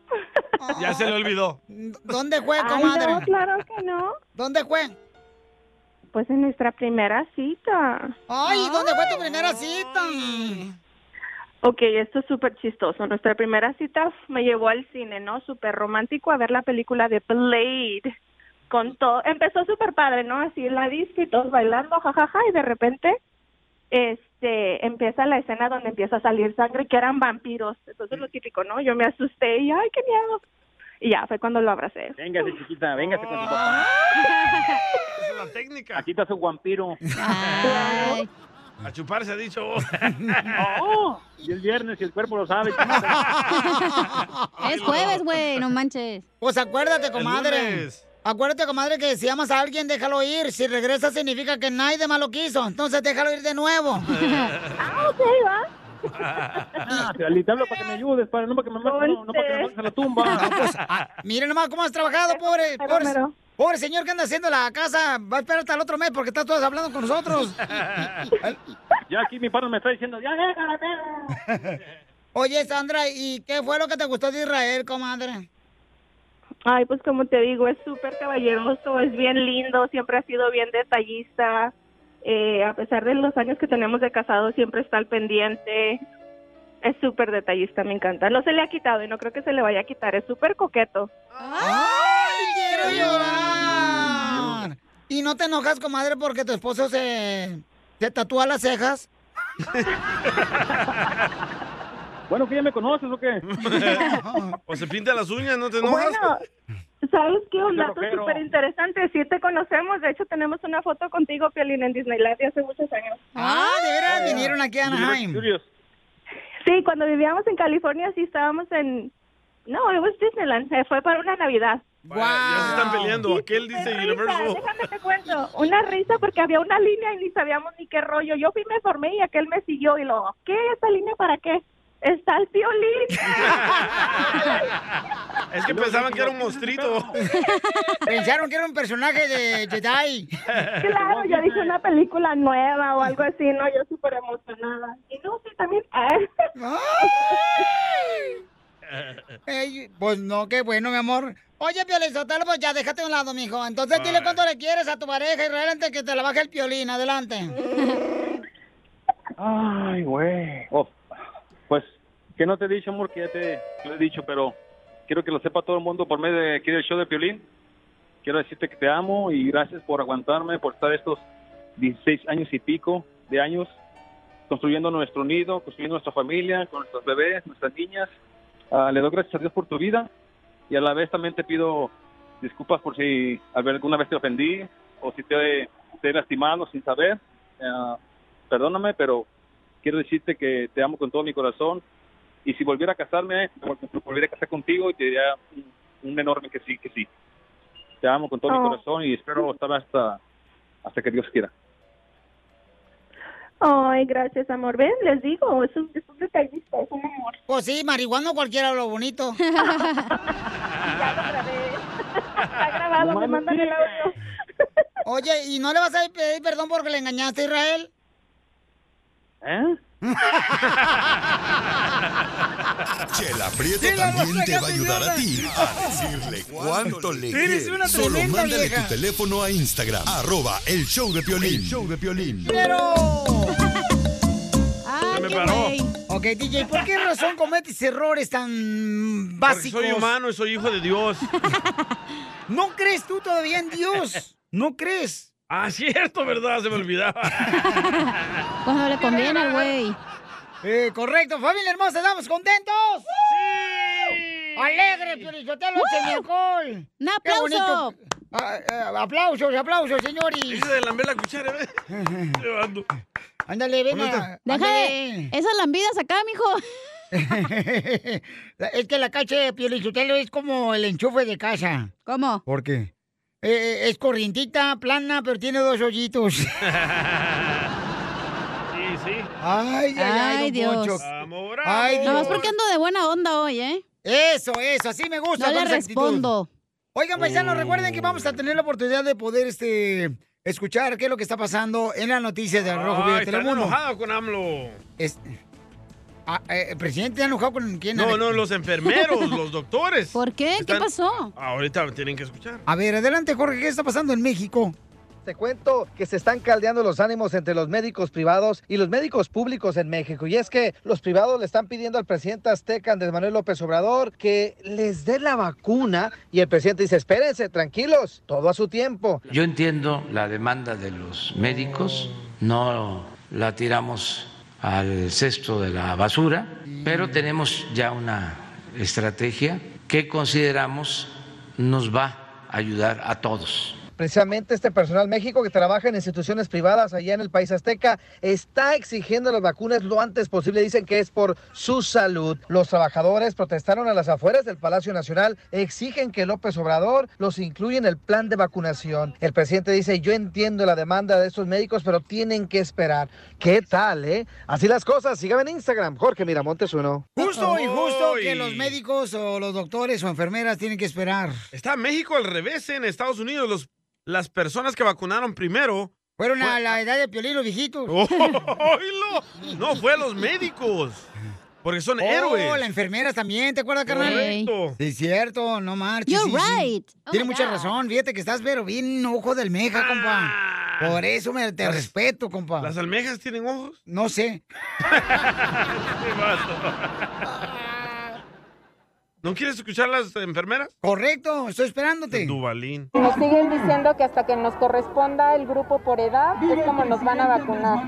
S2: Ya se le olvidó.
S1: Ah. ¿Dónde fue,
S4: Ay,
S1: comadre?
S4: no, claro que no.
S1: ¿Dónde fue?
S4: Pues en nuestra primera cita.
S1: Ay, ¿dónde fue tu primera cita?
S4: Ok, esto es súper chistoso. Nuestra primera cita me llevó al cine, ¿no? Súper romántico a ver la película de Blade. Con todo, empezó súper padre, ¿no? Así en la disco y todos bailando, jajaja, y de repente este empieza la escena donde empieza a salir sangre que eran vampiros. Entonces lo típico, ¿no? Yo me asusté y ay, qué miedo. Y ya, fue cuando lo abracé.
S29: Véngase, chiquita, véngase con tu papá.
S2: Esa es la técnica.
S29: Aquí está su vampiro.
S2: A chupar se ha dicho.
S29: Oh, y el viernes, y el cuerpo lo sabe. chiquita.
S3: Es jueves, güey, no manches.
S1: Pues acuérdate, comadre.
S3: lunes.
S1: Acuérdate, comadre, que si amas a alguien, déjalo ir. Si regresa, significa que nadie de malo quiso. Entonces, déjalo ir de nuevo.
S4: ah, ok, va.
S29: Le hablo para que me ayudes, para, no para que me mates, no, no para que me mates a la tumba.
S1: No, pues, ah, miren nomás cómo has trabajado, pobre,
S29: Mero,
S1: pobre,
S29: mero.
S1: pobre señor que anda haciendo la casa. Va a esperar hasta el otro mes porque estás todos hablando con nosotros.
S29: Ya aquí mi padre me está diciendo, ya déjala, déjala.
S1: Oye, Sandra, ¿y qué fue lo que te gustó de Israel, comadre?
S4: Ay, pues como te digo, es súper caballeroso, es bien lindo, siempre ha sido bien detallista. Eh, a pesar de los años que tenemos de casado, siempre está al pendiente. Es súper detallista, me encanta. No se le ha quitado y no creo que se le vaya a quitar, es súper coqueto.
S1: ¡Ay, quiero llorar! ¿Y no te enojas, comadre, porque tu esposo se, se tatúa las cejas?
S29: Bueno, que ya me conoces o qué?
S2: o se pinta las uñas, ¿no te enojas?
S4: Bueno, ¿Sabes qué? Un
S29: Ese
S4: dato
S29: rockero.
S4: súper interesante. Sí te conocemos. De hecho, tenemos una foto contigo, Piolín, en Disneylandia hace muchos años.
S1: Ah, de veras, vinieron aquí a Anaheim.
S4: Sí, cuando vivíamos en California, sí estábamos en... No, it was Disneyland. Se fue para una Navidad.
S2: Ya se están peleando. Aquel dice Universal.
S4: Déjame te cuento. Una risa porque había una línea y ni sabíamos ni qué rollo. Yo fui, me formé y aquel me siguió y lo... ¿Qué? ¿Esta línea para qué? Está el Piolín.
S2: Es que pensaban que era un mostrito.
S1: Pensaron que era un personaje de Jedi.
S4: Claro, yo dije una película nueva o algo así, ¿no? Yo súper emocionada. Y no, sí, también...
S2: Eh,
S1: Ey, pues no, qué bueno, mi amor. Oye, Piolín Sotelo, pues ya déjate a un lado, mijo. Entonces dile cuánto le quieres a tu pareja y realmente que te la baje el piolín. Adelante.
S29: Ay, güey. Oh, pues, que no te he dicho, amor, que ya te lo he dicho, pero quiero que lo sepa todo el mundo por medio de aquí del show de Piolín. Quiero decirte que te amo y gracias por aguantarme, por estar estos 16 años y pico de años construyendo nuestro nido, construyendo nuestra familia, con nuestros bebés, nuestras niñas. Ah, le doy gracias a Dios por tu vida y a la vez también te pido disculpas por si alguna vez te ofendí o si te, te he lastimado sin saber. Ah, perdóname, pero quiero decirte que te amo con todo mi corazón. Y si volviera a casarme, eh, vol- volvería a casar contigo y te diría un- un enorme que sí, que sí. Te amo con todo
S4: Oh.
S29: mi corazón y espero estar hasta, hasta que Dios quiera.
S4: Ay, gracias, amor. Ven, les digo, es un, es un detallista, es un amor.
S1: Pues sí, marihuana cualquiera lo bonito.
S4: Está grabado, me mandan el audio.
S1: Oye, ¿y no le vas a pedir perdón porque le engañaste a Israel?
S29: ¿Eh?
S7: Chela Prieto
S21: Sí, la
S7: también
S21: voz
S7: te va a
S21: acá,
S7: ayudar a
S21: señora.
S7: ti a decirle cuánto le
S21: Eres
S7: quieres.
S21: una
S7: Solo
S21: tremenda
S7: mándale
S21: vieja.
S7: tu teléfono a Instagram, arroba el show de Piolín. show de Piolín.
S1: Ay,
S7: Se me qué paró. güey.
S1: Ok, DJ, ¿por qué razón cometes errores tan
S2: Porque
S1: básicos?
S2: soy humano y soy hijo de Dios.
S1: ¿No crees tú todavía en Dios? ¿No crees?
S2: Ah, cierto, ¿verdad? Se me olvidaba.
S1: Cuando le conviene al güey. Eh, correcto, familia hermosa, ¿estamos contentos? ¡Sí! ¡Alegre, Piolichotelo,
S9: ¡Woo!
S1: sin alcohol!
S9: ¡Un
S1: Qué
S9: aplauso!
S1: bonito. Ah, ah, ¡Aplausos, aplausos, señores!
S2: Dice de lamber la cuchara, ¿eh? ¿ves? Llevando.
S1: Ándale, ven
S2: ¿Dónde
S1: a-
S2: está?
S3: Deja
S1: ándale.
S3: de esas lambidas acá, mijo.
S1: es que la cacha de Piolichotelo es como el enchufe de casa.
S3: ¿Cómo?
S1: ¿Por qué? Eh, es corrientita, plana, pero tiene dos hoyitos.
S2: Sí, sí.
S1: Ay, ay, ay,
S3: Ay,
S1: don
S3: Dios.
S1: Poncho.
S2: Vamos,
S1: Ay, Dios.
S3: Nomás porque ando de buena onda hoy, ¿eh?
S1: Eso, eso, así me gusta.
S3: No le
S1: con esa actitud.
S3: respondo.
S1: Oigan, paisanos, recuerden que vamos a
S2: Mm.
S1: tener la oportunidad de poder este, escuchar qué es lo que está pasando en las noticias de Al Rojo Vivo de
S2: Ay, están
S1: Telemundo.
S2: enojados con AMLO.
S1: Es- Ah, eh, ¿El presidente está enojado con quién?
S2: No,
S1: Ale-
S2: no, los enfermeros, los doctores.
S1: ¿Por qué? ¿Qué pasó?
S2: Ahorita tienen que escuchar.
S1: A ver, adelante, Jorge, ¿qué está pasando en México?
S8: Te cuento que se están caldeando los ánimos entre los médicos privados y los médicos públicos en México. Y es que los privados le están pidiendo al presidente azteca Andrés Manuel López Obrador que les dé la vacuna y el presidente dice, espérense, tranquilos, todo a su tiempo.
S18: Yo entiendo la demanda de los médicos, no la tiramos al cesto de la basura, pero tenemos ya una estrategia que consideramos nos va a ayudar a todos.
S8: Precisamente este personal México que trabaja en instituciones privadas allá en el país azteca está exigiendo las vacunas lo antes posible. Dicen que es por su salud. Los trabajadores protestaron a las afueras del Palacio Nacional. Exigen que López Obrador los incluya en el plan de vacunación. El presidente dice, yo entiendo la demanda de estos médicos, pero tienen que esperar. ¿Qué tal, eh? Así las cosas. Síganme en Instagram. Jorge Miramontes uno.
S1: Justo y justo que los médicos o los doctores o enfermeras tienen que esperar.
S2: Está México al revés ¿eh? en Estados Unidos. Los, las personas que vacunaron primero.
S1: Fueron a la edad de Piolín los viejitos.
S2: ¡Oílo! No, fue a los médicos. Porque son héroes.
S1: Oh, las enfermeras también, ¿te acuerdas, carnal?
S2: Correcto.
S1: Sí, cierto, no marches.
S2: You're
S1: sí, sí.
S2: right. Oh
S1: Tiene
S2: my
S1: mucha
S2: God.
S1: razón, fíjate que estás pero bien ojo de almeja, compa. Por eso me, te
S2: Las-
S1: respeto, compa.
S2: Ah. ¿Las almejas tienen ojos?
S1: No sé.
S2: ¿No quieres escuchar las enfermeras?
S1: Correcto, estoy esperándote.
S2: Dubalín.
S19: Nos siguen diciendo que hasta que nos corresponda el grupo por edad es como nos van a vacunar.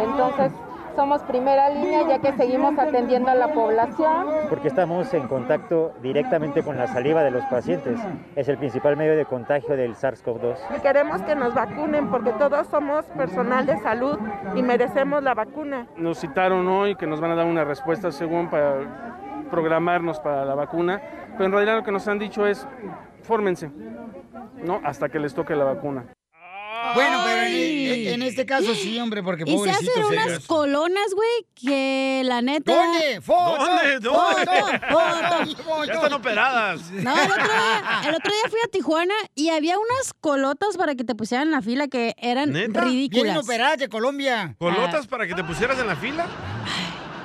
S19: Entonces,
S14: Somos primera línea ya que seguimos atendiendo a la población.
S12: Porque estamos en contacto directamente con la saliva de los pacientes. Es el principal medio de contagio del SARS-CoV-2.
S14: Queremos que nos vacunen porque todos somos personal de salud y merecemos la vacuna.
S31: Nos citaron hoy que nos van a dar una respuesta según para programarnos para la vacuna, pero en realidad lo que nos han dicho es fórmense, ¿no? Hasta que les toque la vacuna.
S32: Bueno, pero en, en este caso sí, hombre, porque
S3: Y se
S32: pobrecito.
S3: hacen
S32: se-
S3: unas colonas, güey, que la neta.
S32: ¿Dónde? ¡Foto!
S3: ¡Foto! ¡Foto!
S32: Ya están operadas.
S3: No, el otro, día, el otro día fui a Tijuana y había unas colotas para que te pusieran en la fila que eran
S2: ¿Neta?
S3: ridículas.
S2: Vienen operadas
S32: de Colombia.
S2: ¿Colotas para que te pusieras en la fila?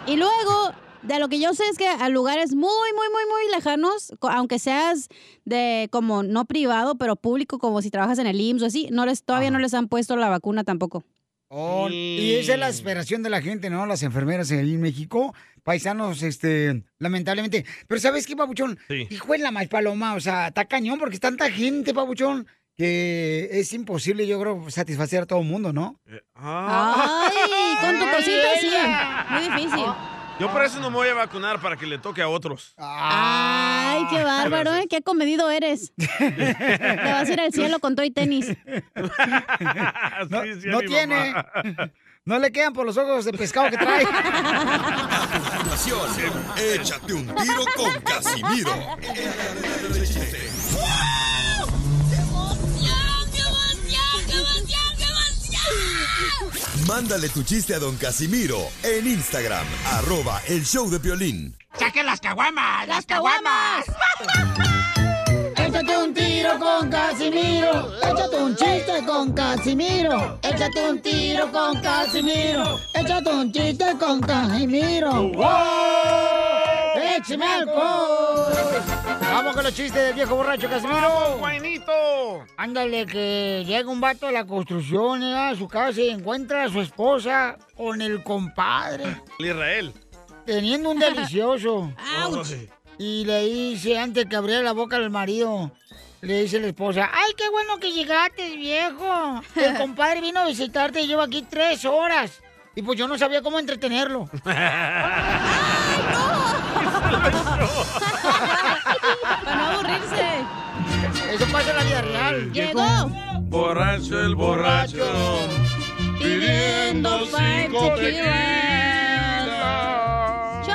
S3: Y luego, de lo que yo sé es que a lugares muy, muy, muy, muy lejanos, co- aunque seas de como no privado, pero público, como si trabajas en el IMSS o así, no les, todavía no les han puesto la vacuna tampoco.
S32: Oh, y esa es la esperación de la gente, ¿no? Las enfermeras en México, paisanos, este, lamentablemente. Pero ¿sabes qué, Papuchón? Hijo de la más paloma, o sea, está cañón porque es tanta gente, Papuchón, que es imposible, yo creo, satisfacer a todo el mundo, ¿no?
S9: Ah.
S3: ¡Ay! Con tu
S32: Ay,
S3: cosita sí.
S32: ella.
S3: Muy difícil.
S2: Ah. Yo por eso no me voy a vacunar para que le toque a otros. Ah,
S3: ¡Ay, qué bárbaro! ¿eh? ¡Qué comedido eres! Te vas a ir al cielo con todo y tenis.
S7: Ah,
S32: No,
S2: sí, a
S32: no
S2: mi
S32: tiene.
S2: mamá.
S32: No le quedan por los ojos de pescado que trae.
S7: Continuación, échate un tiro con Casimiro. Mándale tu chiste a don Casimiro en Instagram, arroba el show de violín.
S9: ¡Saquen las caguamas! ¡Las caguamas!
S1: Échate un tiro con Casimiro. Échate un chiste con Casimiro. Échate un tiro con Casimiro. Échate un chiste con Casimiro. ¡Wow! ¡Échame alcohol!
S32: Vamos con los chistes del viejo borracho Casimiro.
S1: ¡Vamos, Ándale, que llega un vato a la construcción, eh, a su casa y encuentra a su esposa con el compadre.
S2: El Israel.
S1: teniendo un delicioso.
S2: ¡Auch!
S1: Y le dice, antes que abriera la boca al marido, le dice la esposa, ¡ay, qué bueno que llegaste, viejo! El compadre vino a visitarte y llevo aquí tres horas. Y pues yo no sabía cómo entretenerlo.
S3: Para no aburrirse.
S1: Eso pasa en la vida real.
S3: Llegó.
S2: Borracho el borracho.
S1: Pidiendo
S9: cinco
S3: tequilas.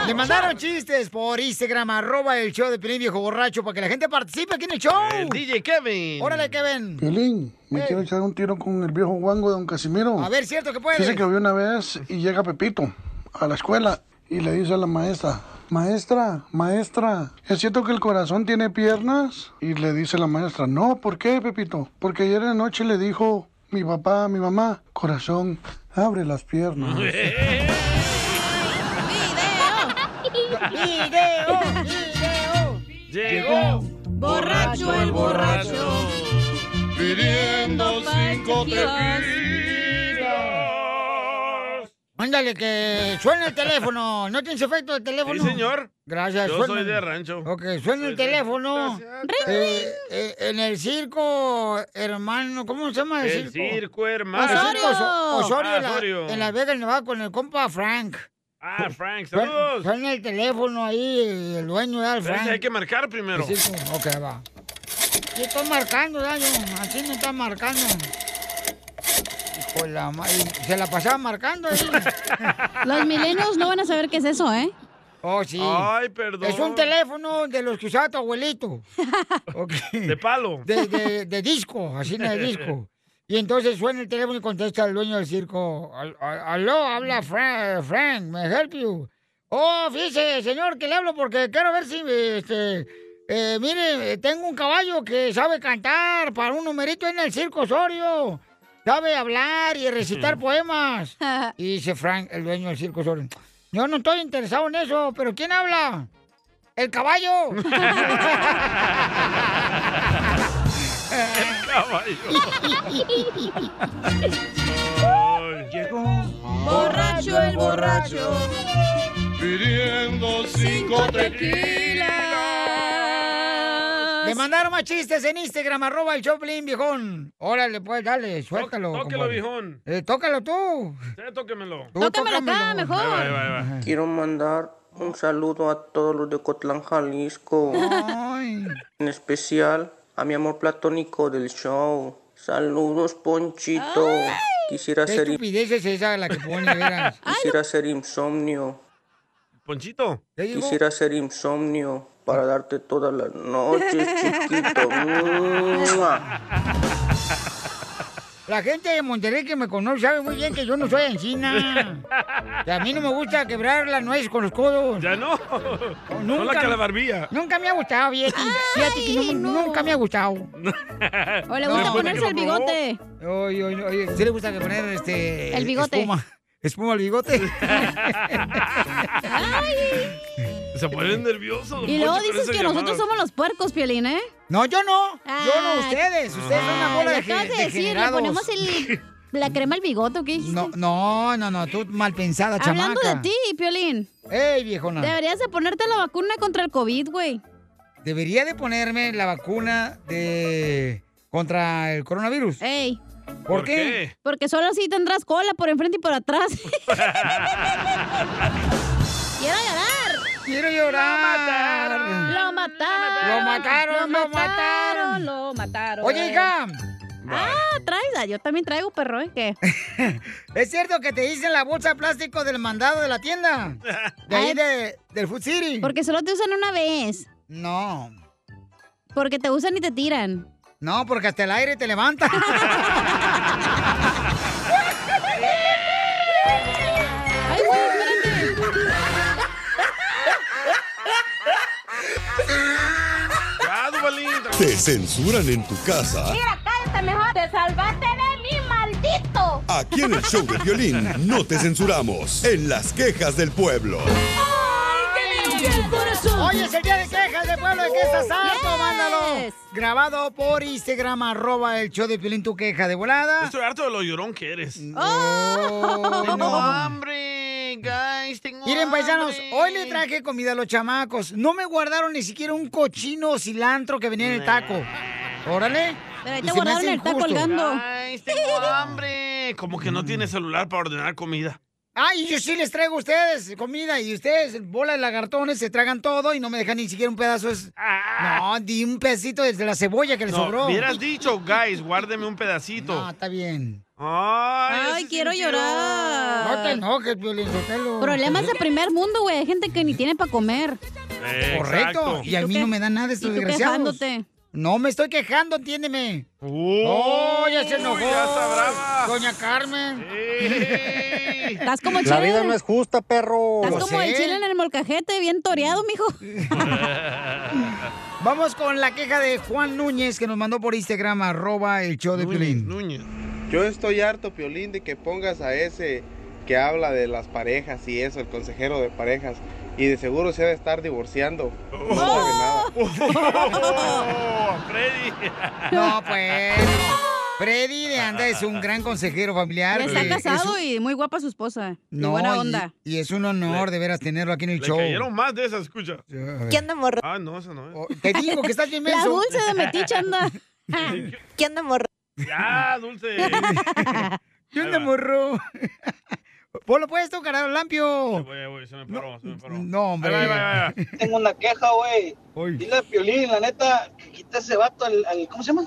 S32: Le mandaron chistes por Instagram, arroba el show de Pelín Viejo Borracho, para que la gente participe aquí en el show. El
S2: DJ Kevin.
S32: Órale, Kevin.
S22: Pilín, me quiero echar un tiro con el viejo guango de don Casimiro.
S32: A ver, cierto que puedes.
S22: Dice que había una vez y llega Pepito a la escuela y le dice a la maestra, maestra, maestra, ¿es cierto que el corazón tiene piernas? Y le dice la maestra, no, ¿por qué, Pepito? Porque ayer en la noche le dijo mi papá a mi mamá, corazón, abre las piernas.
S1: ¡Video! ¡Video!
S9: Llegó borracho el borracho pidiendo cinco tequilas.
S1: Ándale, que suena el teléfono. ¿No tienes efecto de teléfono?
S2: Sí, señor.
S1: Gracias,
S2: Yo
S1: suena.
S2: soy de rancho.
S1: Ok, suena el teléfono. Eh, eh, en el circo, hermano, ¿cómo se llama el,
S2: El
S1: circo?
S2: circo, hermano.
S1: El circo Oso- Osorio,
S2: Ah,
S1: en la-
S2: Osorio.
S1: en Las Vegas, Nevada, con el compa Frank.
S2: Ah, Frank,
S1: Suen-
S2: saludos.
S1: Suena el teléfono ahí, el dueño de
S2: Pero ese
S1: Frank.
S2: hay que marcar primero.
S1: El circo, ok, va. Yo estoy marcando, ya, yo, así no está marcando. Hijo de la ma- y Se la pasaba marcando ahí.
S3: Los milenios no van a saber qué es eso, ¿eh?
S1: Oh, sí.
S2: Ay, perdón.
S1: Es un teléfono de los que usaba tu abuelito.
S2: De palo.
S1: De, de- de disco, así de disco. Y entonces suena el teléfono y contesta el dueño del circo. "Al- al- Aló, habla Frank, Frank, me help you. Oh, fíjese, señor, que le hablo porque quiero ver si, este, eh, mire, eh, tengo un caballo que sabe cantar para un numerito en el circo Osorio. Sabe hablar y recitar poemas. Y dice Frank, el dueño del circo Osorio. Yo no estoy interesado en eso, pero ¿quién habla? El caballo.
S9: Llegó borracho el borracho pidiendo cinco tequilas.
S1: Le mandaron mandar más chistes en Instagram, arroba el Choplin, viejón. Órale, pues, dale, suéltalo.
S2: Tóquelo,
S1: compadre.
S2: viejón.
S1: Eh, tócalo tú.
S2: Ya, tóquemelo.
S1: Tú Tócamelo
S2: Ah,
S1: acá, tócamelo. mejor.
S2: Ahí va, ahí va, ahí va.
S24: Quiero mandar un saludo a todos los de Cotlán, Jalisco.
S9: Ah.
S24: En especial a mi amor platónico del show. Saludos, Ponchito. Quisiera
S1: ¿Qué
S24: ser, in-
S1: estupidez es esa la que pone, veras?
S24: quisiera ser insomnio.
S2: Ponchito.
S24: Quisiera ser insomnio
S2: Ah.
S24: para darte todas las noches, chiquito. Mua.
S1: La gente de Monterrey que me conoce sabe muy bien que yo no soy encina. Que a mí no me gusta quebrar la nuez con los codos.
S2: Ya no. No la calabarbilla.
S1: Nunca me ha gustado, fíjate. Fíjate que no- nunca me ha gustado.
S3: O le gusta
S1: No. pues,
S3: ponerse el bigote.
S1: Oye, oye, oye, ¿sí le gusta que poner este...
S3: El bigote.
S1: Espuma, espuma al bigote.
S2: Se ponen nerviosos.
S3: Y luego dices que nosotros somos los puercos, Piolín, ¿eh?
S1: No, yo no. Yo no,
S3: Ah.
S1: ustedes. Ustedes son una bola
S3: Ay,
S1: de
S3: acabas de decir, le
S1: degenerados.
S3: ponemos el- la crema al bigote, ¿o qué dijiste?
S1: No, no, no, no, tú mal pensada,
S3: Hablando
S1: chamaca.
S3: de ti, Piolín.
S1: ¡Ey, viejona!
S3: Deberías de ponerte la vacuna contra el COVID, güey.
S1: Debería de ponerme la vacuna de... contra el coronavirus.
S3: ¡Ey!
S1: ¿Por, qué?
S3: Porque solo así tendrás cola por enfrente y por atrás. ¡Quiero llorar!
S1: ¡Quiero llorar!
S3: ¡Lo mataron!
S1: Lo mataron, lo mataron.
S3: ¡Lo mataron!
S1: Oye, hija.
S3: Ah, traes. ah, Yo también traigo perro, ¿eh? ¿Qué?
S1: ¿Es cierto que te dicen la bolsa de plástico del mandado de la tienda? De ahí de- del Food City.
S3: Porque solo te usan una vez.
S1: No.
S3: Porque te usan y te tiran.
S1: No, porque hasta el aire te levanta.
S3: ¡Ay, güey, espérate!
S7: Te censuran en tu casa.
S33: cállate mejor. Te salvaste de mí, maldito.
S7: Aquí en el show de violín no te censuramos. En las quejas del pueblo.
S1: Hoy es el día de quejas del pueblo de que estás harto,
S21: Yes.
S1: mándalo. Grabado por Instagram, arroba el show de Piolín, tu queja de volada. Oh,
S2: Estoy harto de lo llorón que eres.
S1: Mm. Tengo
S2: hambre, guys, tengo
S1: Miren, paisanos, hoy le traje comida a los chamacos. No me guardaron ni siquiera un cochino cilantro que venía en el taco. Órale.
S3: Pero ahí
S1: Y
S3: te
S1: se me
S3: guardaron
S1: hace
S3: el taco
S1: injusto.
S3: colgando.
S2: tengo hambre. Como que
S1: Mm.
S2: no tiene celular para ordenar comida.
S1: Ay, yo sí les traigo a ustedes comida y ustedes, bola de lagartones, se tragan todo y no me dejan ni siquiera un pedazo. Es... No, di un pedacito desde la cebolla que les
S2: Ah. No,
S1: sobró.
S2: hubieras dicho, guys, guárdeme un pedacito.
S1: No, está bien.
S2: Ay,
S3: Ay,
S2: ese
S3: quiero
S2: sintió.
S3: llorar.
S1: No te enojes, Violín Sotelo.
S3: Problemas de primer mundo, güey. Hay gente que ni tiene para comer.
S2: Eh,
S1: Correcto.
S2: exacto.
S1: Y a mí no me dan nada
S3: Y tú
S1: estos desgraciados.
S3: quejándote.
S1: No me estoy quejando, entiéndeme.
S2: ¡Oh!
S1: ¡Oh, ya se enojó!
S2: Ya está brava.
S1: Doña Carmen.
S3: Estás como el
S12: La
S3: chile.
S12: vida no es justa, perro.
S3: Estás como el chile en el molcajete, bien toreado, mijo.
S1: Vamos con la queja de Juan Núñez que nos mandó por Instagram, arroba el show de Piolín.
S23: Yo estoy harto, Piolín, de que pongas a ese que habla de las parejas y eso, el consejero de parejas. Y de seguro se ha de estar divorciando. No sabe nada.
S2: Oh, Freddy.
S1: No, pues. Freddy de Anda es un gran consejero familiar.
S3: Ya está
S1: que
S3: casado
S1: es un-
S3: y muy guapa su esposa. Y
S1: No,
S3: buena
S1: y-
S3: onda.
S1: Y, es un honor de veras tenerlo aquí en el
S2: Le
S1: show.
S2: cayeron más de esas, escucha.
S28: ¿Qué onda, morro?
S2: Ah, no, esa no es.
S1: Oh, Te digo que estás bien
S28: La
S1: menso.
S28: dulce de metiche anda. ¿Qué onda, morro?
S2: Ya, dulce.
S1: ¿Qué onda, morro? Ponlo puesto, carajo, lampio.
S2: Voy, voy, se me paró, se me paró.
S1: No, hombre.
S2: Ahí va, ahí va, ahí va.
S34: Tengo una queja, güey. Dile a Piolín, la neta, que quita ese vato al, al- ¿cómo se llama?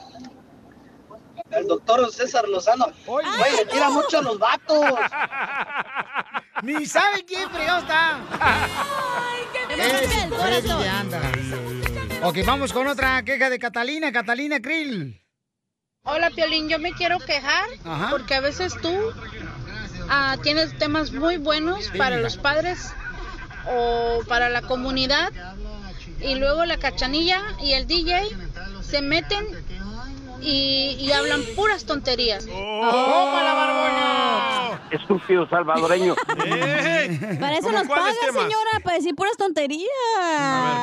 S34: Al doctor César Lozano. Güey, le tira mucho a los vatos.
S1: Ni sabe quién fregado está. Es Freddy de Anda. Ok, vamos con otra queja de Catalina, Catalina Krill.
S35: Hola, Piolín, yo me quiero quejar
S1: Ajá.
S35: porque a veces tú ah, tienes temas muy buenos para los padres o para la comunidad y luego la cachanilla y el DJ se meten y, y hablan puras tonterías.
S3: Oh,
S36: Estúpido salvadoreño.
S3: Para eso
S2: Eh. ¿Cómo
S3: nos paga,
S2: cuáles temas?
S3: señora, para decir puras tonterías.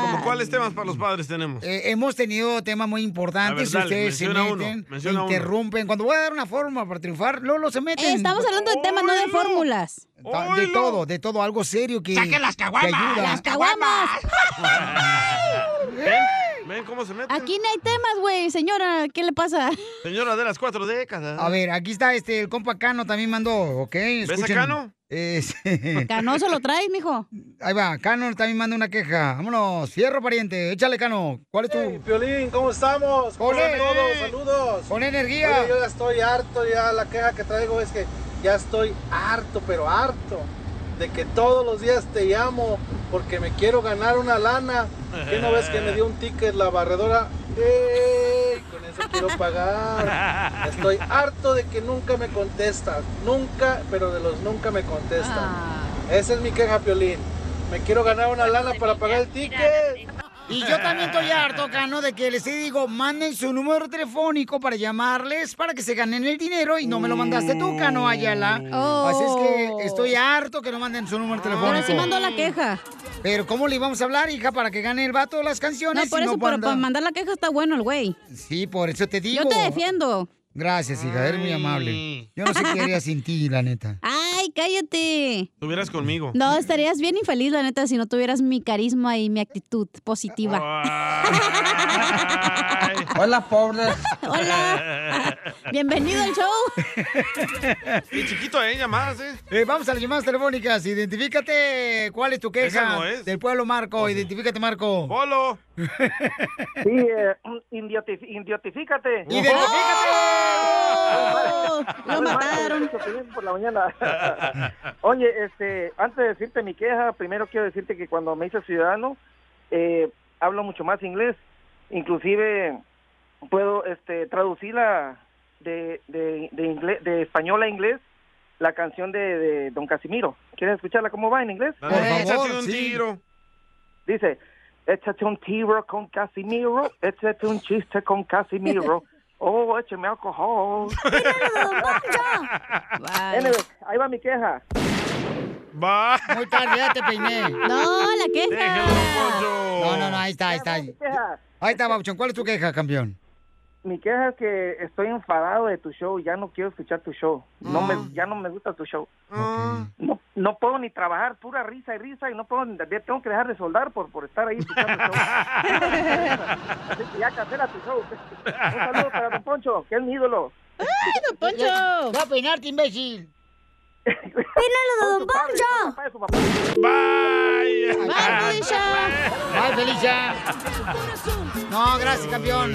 S2: ¿Cómo cuáles temas para los padres tenemos?
S1: Eh, hemos tenido temas muy importantes.
S2: A ver, dale,
S1: ustedes se
S2: menciona uno,
S1: meten, se
S2: menciona uno.
S1: interrumpen. Cuando voy a dar una fórmula para triunfar, Lolo se meten.
S3: Eh, estamos hablando de temas, no de fórmulas.
S1: Ta- De todo, de todo, algo serio que.
S3: Saquen las
S1: que
S3: caguamas,
S1: ayuda.
S3: las caguamas.
S2: Ven, ¿Ven cómo se meten?
S3: Aquí no hay temas, güey. Señora, ¿qué le pasa?
S2: Señora de las cuatro décadas.
S1: A ver, aquí está este, el compa Cano también mandó, ¿ok?
S2: ¿Ves a
S1: Escuchen.
S2: Cano?
S1: Es-
S3: Canoso lo traes, mijo.
S1: Ahí va, Cano también manda una queja. Vámonos, fierro pariente, échale Cano. ¿Cuál es tu?
S4: Piolín, ¿cómo estamos? ¿Cómo
S1: Con
S4: va
S1: él.
S4: todo? Saludos.
S1: Con energía.
S4: Oye, yo ya estoy harto, ya la queja que traigo es que ya estoy harto, pero harto, de que todos los días te llamo porque me quiero ganar una lana. ¿Qué no ves que me dio un ticket la barredora? ¡Ey! Con eso quiero pagar. Estoy harto de que nunca me contestas. Nunca, pero de los nunca me contestan. Esa es mi queja, Piolín. Me quiero ganar una lana para pagar el ticket.
S1: Y yo también estoy harto, Cano, de que les digo, manden su número telefónico para llamarles para que se ganen el dinero y no me lo mandaste tú, Cano Ayala.
S3: Oh.
S1: Así es que estoy harto que no manden su número telefónico.
S3: Pero sí mandó la queja.
S1: Pero ¿cómo le íbamos a hablar, hija, para que gane el vato las
S3: No,
S1: canciones?
S3: por
S1: si
S3: eso, pero
S1: manda?
S3: para mandar la queja está bueno el güey.
S1: Sí, por eso te digo.
S3: Yo te defiendo.
S1: Gracias, hija, eres muy amable. Yo no sé qué haría sin ti, la neta.
S3: Ay, cállate.
S2: Estuvieras conmigo.
S3: No, estarías bien infeliz, la neta, si no tuvieras mi carisma y mi actitud positiva.
S5: Hola, pobres.
S3: Hola. Bienvenido al
S1: show.
S2: Y chiquito, ¿eh? Llamadas, ¿eh?
S1: Vamos a las llamadas telefónicas. Identifícate cuál es tu queja
S2: Esa no es.
S1: del pueblo, Marco. Identifícate, Marco.
S2: ¡Polo!
S5: Sí, eh, indioti- indiotifícate.
S3: ¡Identifícate!
S5: ¡Oh! Lo mataron. Por la mañana. Oye, este, antes de decirte mi queja, primero quiero decirte que cuando me hice ciudadano, eh, hablo mucho más inglés. Inclusive puedo este, traducirla de, de, de, inglés, de español a inglés, la canción de, de Don Casimiro. ¿Quieres escucharla cómo va en inglés?
S2: Por favor, un tiro.
S5: Dice, échate un tiro con Casimiro, échate un chiste con Casimiro. Oh, écheme alcohol. Anyway, ahí va mi queja.
S2: Va.
S1: Muy tarde, ya te peiné.
S3: No, la queja.
S1: No, no, no, ahí está, ahí está. Ahí está, Babuchón. ¿Cuál es tu queja, campeón?
S5: Mi queja es que estoy enfadado de tu show, ya no quiero escuchar tu show. No me, ya no me gusta tu show. No, no puedo ni trabajar, pura risa y risa, y no puedo ni- de- tengo que dejar de soldar por, por estar ahí escuchando el show. Así que ya cancela tu show. Un saludo para Don Poncho, que es mi ídolo. ¡Ay, Don
S1: Voy a peinarte, imbécil.
S5: ¡Pínalo, Don Poncho!
S2: ¡Bye!
S1: ¡Bye, Felicia! ¡Bye, Felicia! No, gracias, campeón.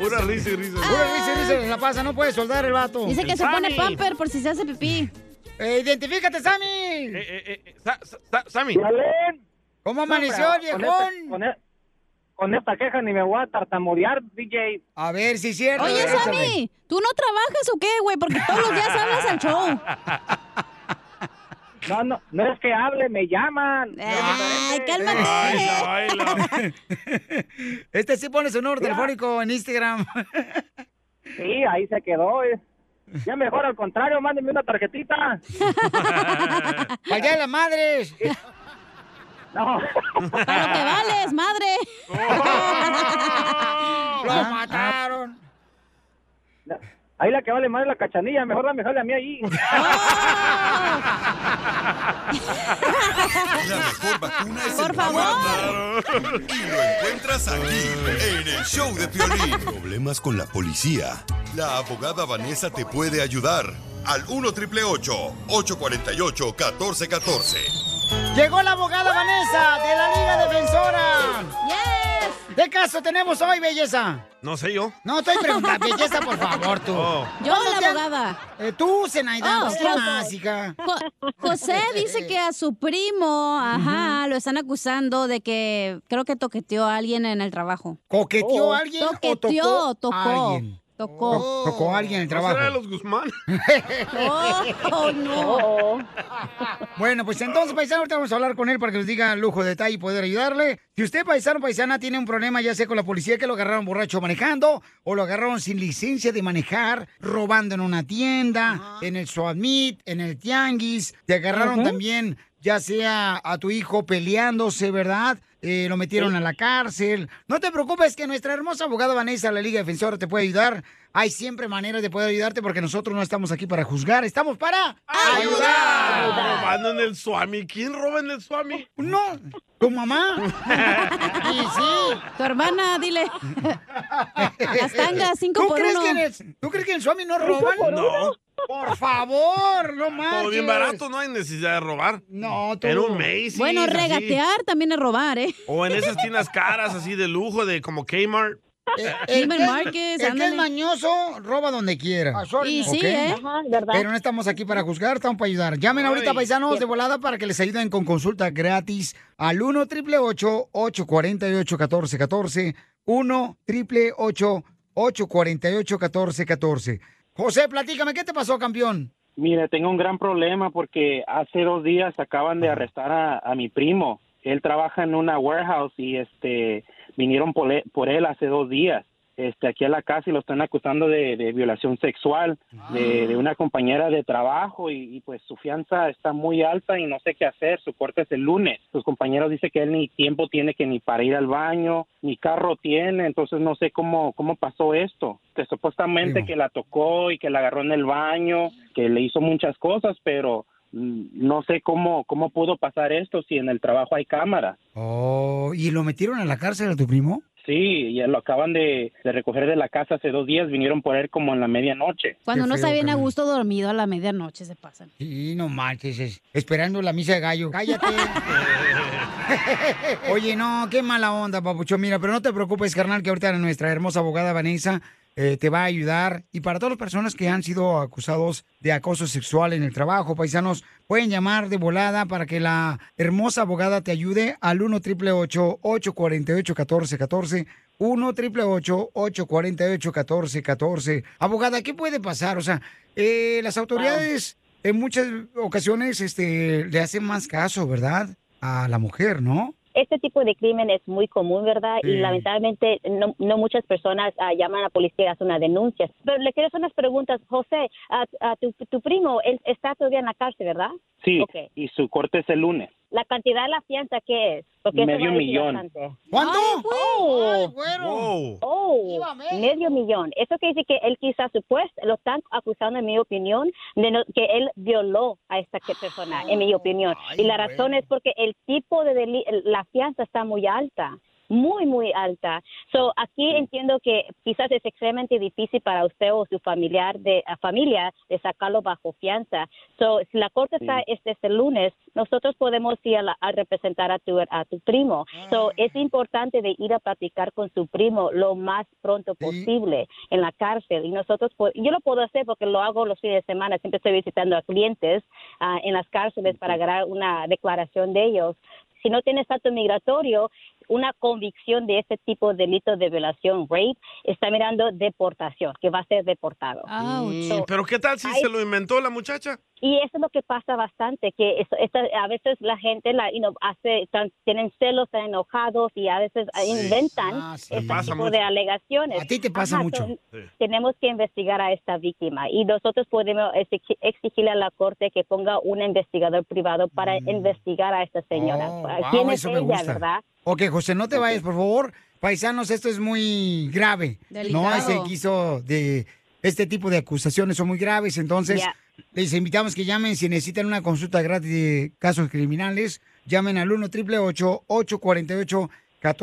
S2: Pura risa y risa.
S1: Pura risa y risa en la pasa, no puede soldar el vato.
S3: Dice que
S1: El
S3: se pone
S1: Sammy.
S3: pamper por si se hace pipí.
S1: Eh, ¡Identifícate,
S2: Eh,
S1: Sammy!
S2: Sammy.
S1: ¿Cómo amaneció,
S5: No, pero
S1: viejón?
S5: con esta- con e- Con esta queja ni me voy a tartamudear, DJ.
S1: A ver si es cierto.
S3: Oye,
S1: échale.
S3: Sammy, ¿tú no trabajas o qué, güey? Porque todos los días hablas al show.
S5: No, no, no es que hable, me llaman.
S3: Ay, cálmate.
S1: Este sí pone su número telefónico en Instagram.
S5: Sí, ahí se quedó. eh. Ya mejor al contrario, mándenme una tarjetita.
S1: ¡Allá de las madres!
S5: No.
S3: Para lo que vales, madre.
S1: Lo mataron.
S5: Ahí la que vale más es la cachanilla, mejor dame jale a mí ahí.
S7: La mejor vacuna es
S5: Por
S7: el
S5: favor.
S7: amor. Y lo encuentras aquí, en el show de Piolín. Problemas con la policía. La abogada Vanessa te puede ayudar. Al 1 triple 848 1414.
S1: Llegó la abogada Vanessa de la Liga Defensora. ¡Yes! ¿Qué caso tenemos hoy, belleza?
S2: No sé yo.
S1: No estoy preguntando, belleza, por favor, tú.
S2: Oh.
S3: Yo,
S1: ¿Cuándo
S3: la
S1: te han-
S3: abogada.
S1: Eh, tú, Zenaida,
S3: Oh,
S1: pues, ¿qué
S3: claro.
S1: más, hija?
S3: Jo- José dice que a su primo, ajá, lo están acusando de que creo que toqueteó a alguien en el trabajo.
S5: Oh.
S1: ¿Coqueteó a alguien o
S3: Toqueteó,
S1: tocó a
S3: tocó.
S1: alguien?
S3: Tocó.
S1: To- Tocó a alguien en el
S2: ¿No será de
S1: trabajo.
S2: los Guzmán?
S3: Oh, no.
S1: Bueno, pues entonces, paisano, ahorita vamos a hablar con él para que nos diga lujo de detalle y poder ayudarle. Si usted, paisano paisana, tiene un problema, ya sea con la policía que lo agarraron borracho manejando, o lo agarraron sin licencia de manejar, robando en una tienda, en el Suamit, en el Tianguis, te agarraron
S9: Ujú.
S1: también, ya sea a tu hijo peleándose, ¿verdad? Eh, lo metieron a la cárcel. No te preocupes que nuestra hermosa abogada Vanessa, la Liga Defensora, te puede ayudar. Hay siempre maneras de poder ayudarte porque nosotros no estamos aquí para juzgar, estamos para
S2: ¡Ayudar! robando en el Swami. ¿Quién roba en el Swami?
S1: No, tu mamá.
S2: y
S1: sí.
S3: Tu hermana, dile. Las tangas, cinco
S1: ¿Tú
S3: por
S1: crees
S3: uno.
S1: que en el- ¿Tú crees que en el Swami no roban?
S2: No.
S1: Por favor, no más.
S2: Ah, Todo bien barato, no hay necesidad de robar.
S1: No,
S2: En un Macy's.
S3: Bueno,
S2: así.
S3: regatear también es robar, ¿eh?
S2: O en esas tiendas caras así de lujo, de como Kmart.
S1: El que, el Eh, que es mañoso roba donde quiera.
S3: Y sí,
S1: ¿Ok?
S3: ¿eh?
S1: Pero no estamos aquí para juzgar, estamos para ayudar. Llamen ahorita,
S8: Ay.
S1: paisanos, de volada para que les ayuden con consulta gratis al 1 888 848 1414 1 888 848 1414 José, platícame, ¿qué te pasó, campeón?
S36: Mire, tengo un gran problema porque hace dos días acaban de arrestar a, a mi primo. Él trabaja en una warehouse y este vinieron por e- por él, hace dos días. Este, aquí a la casa y lo están acusando de, de violación sexual de,
S7: Ah.
S36: de una compañera de trabajo y, y, pues su fianza está muy alta y no sé qué hacer. Su corte es el lunes. Sus compañeros dicen que él ni tiempo tiene que ni para ir al baño, ni carro tiene. Entonces no sé cómo cómo pasó esto. Que supuestamente que la tocó y que la agarró en el baño, que le hizo muchas cosas, pero mm, no sé cómo cómo pudo pasar esto si en el trabajo hay cámaras.
S1: Oh, ¿y lo metieron a la cárcel a tu primo?
S36: Sí, ya lo acaban de, de recoger de la casa hace dos días. Vinieron por él como en la medianoche.
S3: Cuando no está bien a gusto dormido a la medianoche se pasan.
S1: Sí, no manches, es- esperando la misa de gallo. Cállate. Oye, no, qué mala onda, papucho. Mira, pero no te preocupes, carnal, que ahorita nuestra hermosa abogada Vanessa eh, te va a ayudar. Y para todas las personas que han sido acusados de acoso sexual en el trabajo, paisanos, pueden llamar de volada para que la hermosa abogada te ayude al 1 888 848 1414 1 888 848 1414 Abogada, ¿qué puede pasar? O sea, eh, las autoridades en muchas ocasiones este, le hacen más caso, ¿verdad? A la mujer, ¿no?
S37: Este tipo de crimen es muy común, ¿verdad?
S1: Sí.
S37: Y lamentablemente no, no muchas personas ah, llaman a la policía y hacen una denuncia. Pero le quiero hacer unas preguntas. José, a, a tu, tu primo, él está todavía en la cárcel, ¿verdad?
S36: Sí,
S37: Ok.
S36: y su corte es el lunes.
S37: La cantidad de la fianza, ¿qué es? eso
S36: Medio
S37: va a decir
S36: millón.
S37: bastante.
S1: ¿Cuánto?
S37: ¡Oh!
S36: Wow.
S37: Oh, medio millón. Eso que dice que él quizás supuesto, lo están acusando, en mi opinión, de no- que él violó a esta que- persona, en mi opinión. y la razón es porque el tipo de deli- la fianza está muy alta. Muy, muy alta. So, aquí entiendo que quizás es extremadamente difícil para usted o su familiar de a familia de sacarlo bajo fianza. So, si la corte está
S36: Sí.
S37: este, este lunes, nosotros podemos ir a, la- a representar a tu, a tu primo. So, es importante de ir a platicar con su primo lo más pronto posible en la cárcel. Y nosotros, po- yo lo puedo hacer porque lo hago los fines de semana. Siempre estoy visitando a clientes ah, en las cárceles para agarrar una declaración de ellos. Si no tienes estatus migratorio, una convicción de este tipo de delito de violación, rape, está mirando deportación, que va a ser deportado.
S2: Mm,
S37: So,
S2: Pero ¿qué tal si se lo inventó la muchacha?
S37: y eso es lo que pasa bastante, que eso- esta- a veces la gente la, you know, hace, están- tienen celos, están enojados y a veces ah, inventan
S1: Ah,
S2: Me
S37: este
S2: pasa
S37: tipo
S2: mucho.
S37: de alegaciones.
S1: A ti te pasa mucho.
S37: so-
S2: Sí.
S37: Tenemos que investigar a esta víctima y nosotros podemos exigi- exigirle a la corte que ponga un investigador privado para investigar a esta señora.
S1: Mm. Oh, Wow,
S37: Ah, ¿Quién es
S1: eso me
S37: ella,
S1: gusta.
S37: verdad?
S1: Ok, José, no te vayas, por favor. Paisanos, esto es muy grave. No,
S37: Delicado.
S1: ese quiso de este tipo de acusaciones son muy graves, entonces
S37: Ya.
S1: les invitamos que llamen si necesitan una consulta gratis de casos criminales, llamen al 1 888 848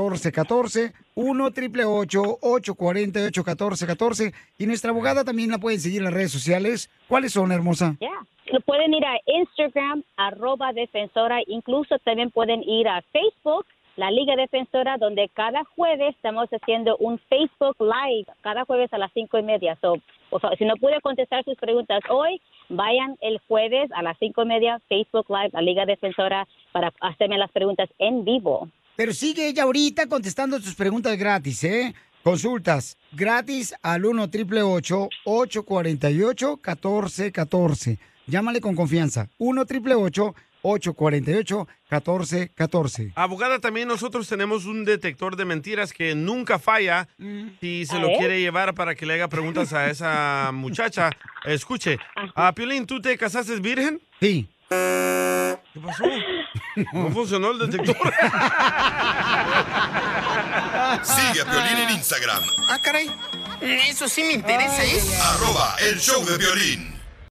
S1: 1414 1 888 848 1414 y nuestra abogada también la pueden seguir en las redes sociales. ¿Cuáles son, hermosa?
S37: Yeah. Lo pueden ir a Instagram, arroba defensora, incluso también pueden ir a Facebook, la Liga Defensora, donde cada jueves estamos haciendo un Facebook Live, cada jueves a las cinco y media. So, por favor, si no pude contestar sus preguntas hoy, vayan el jueves a las cinco y media, Facebook Live, la Liga Defensora, para hacerme las preguntas en vivo.
S1: Pero sigue ella ahorita contestando tus preguntas gratis, ¿eh? Consultas gratis al 1 888 848 1414 Llámale con confianza. 1 888 848 1414
S2: Abogada, también nosotros tenemos un detector de mentiras que nunca falla. Si se
S36: A
S2: lo
S36: ver.
S2: quiere llevar para que le haga preguntas a esa muchacha, escuche. Ah, Piolín, ¿tú te casaste virgen?
S1: Sí.
S2: ¿Qué pasó? No funcionó el detector.
S7: Sigue a Piolín en Instagram,
S38: Ah, caray. Eso sí me interesa, ¿eh?
S7: arroba el show de Piolín.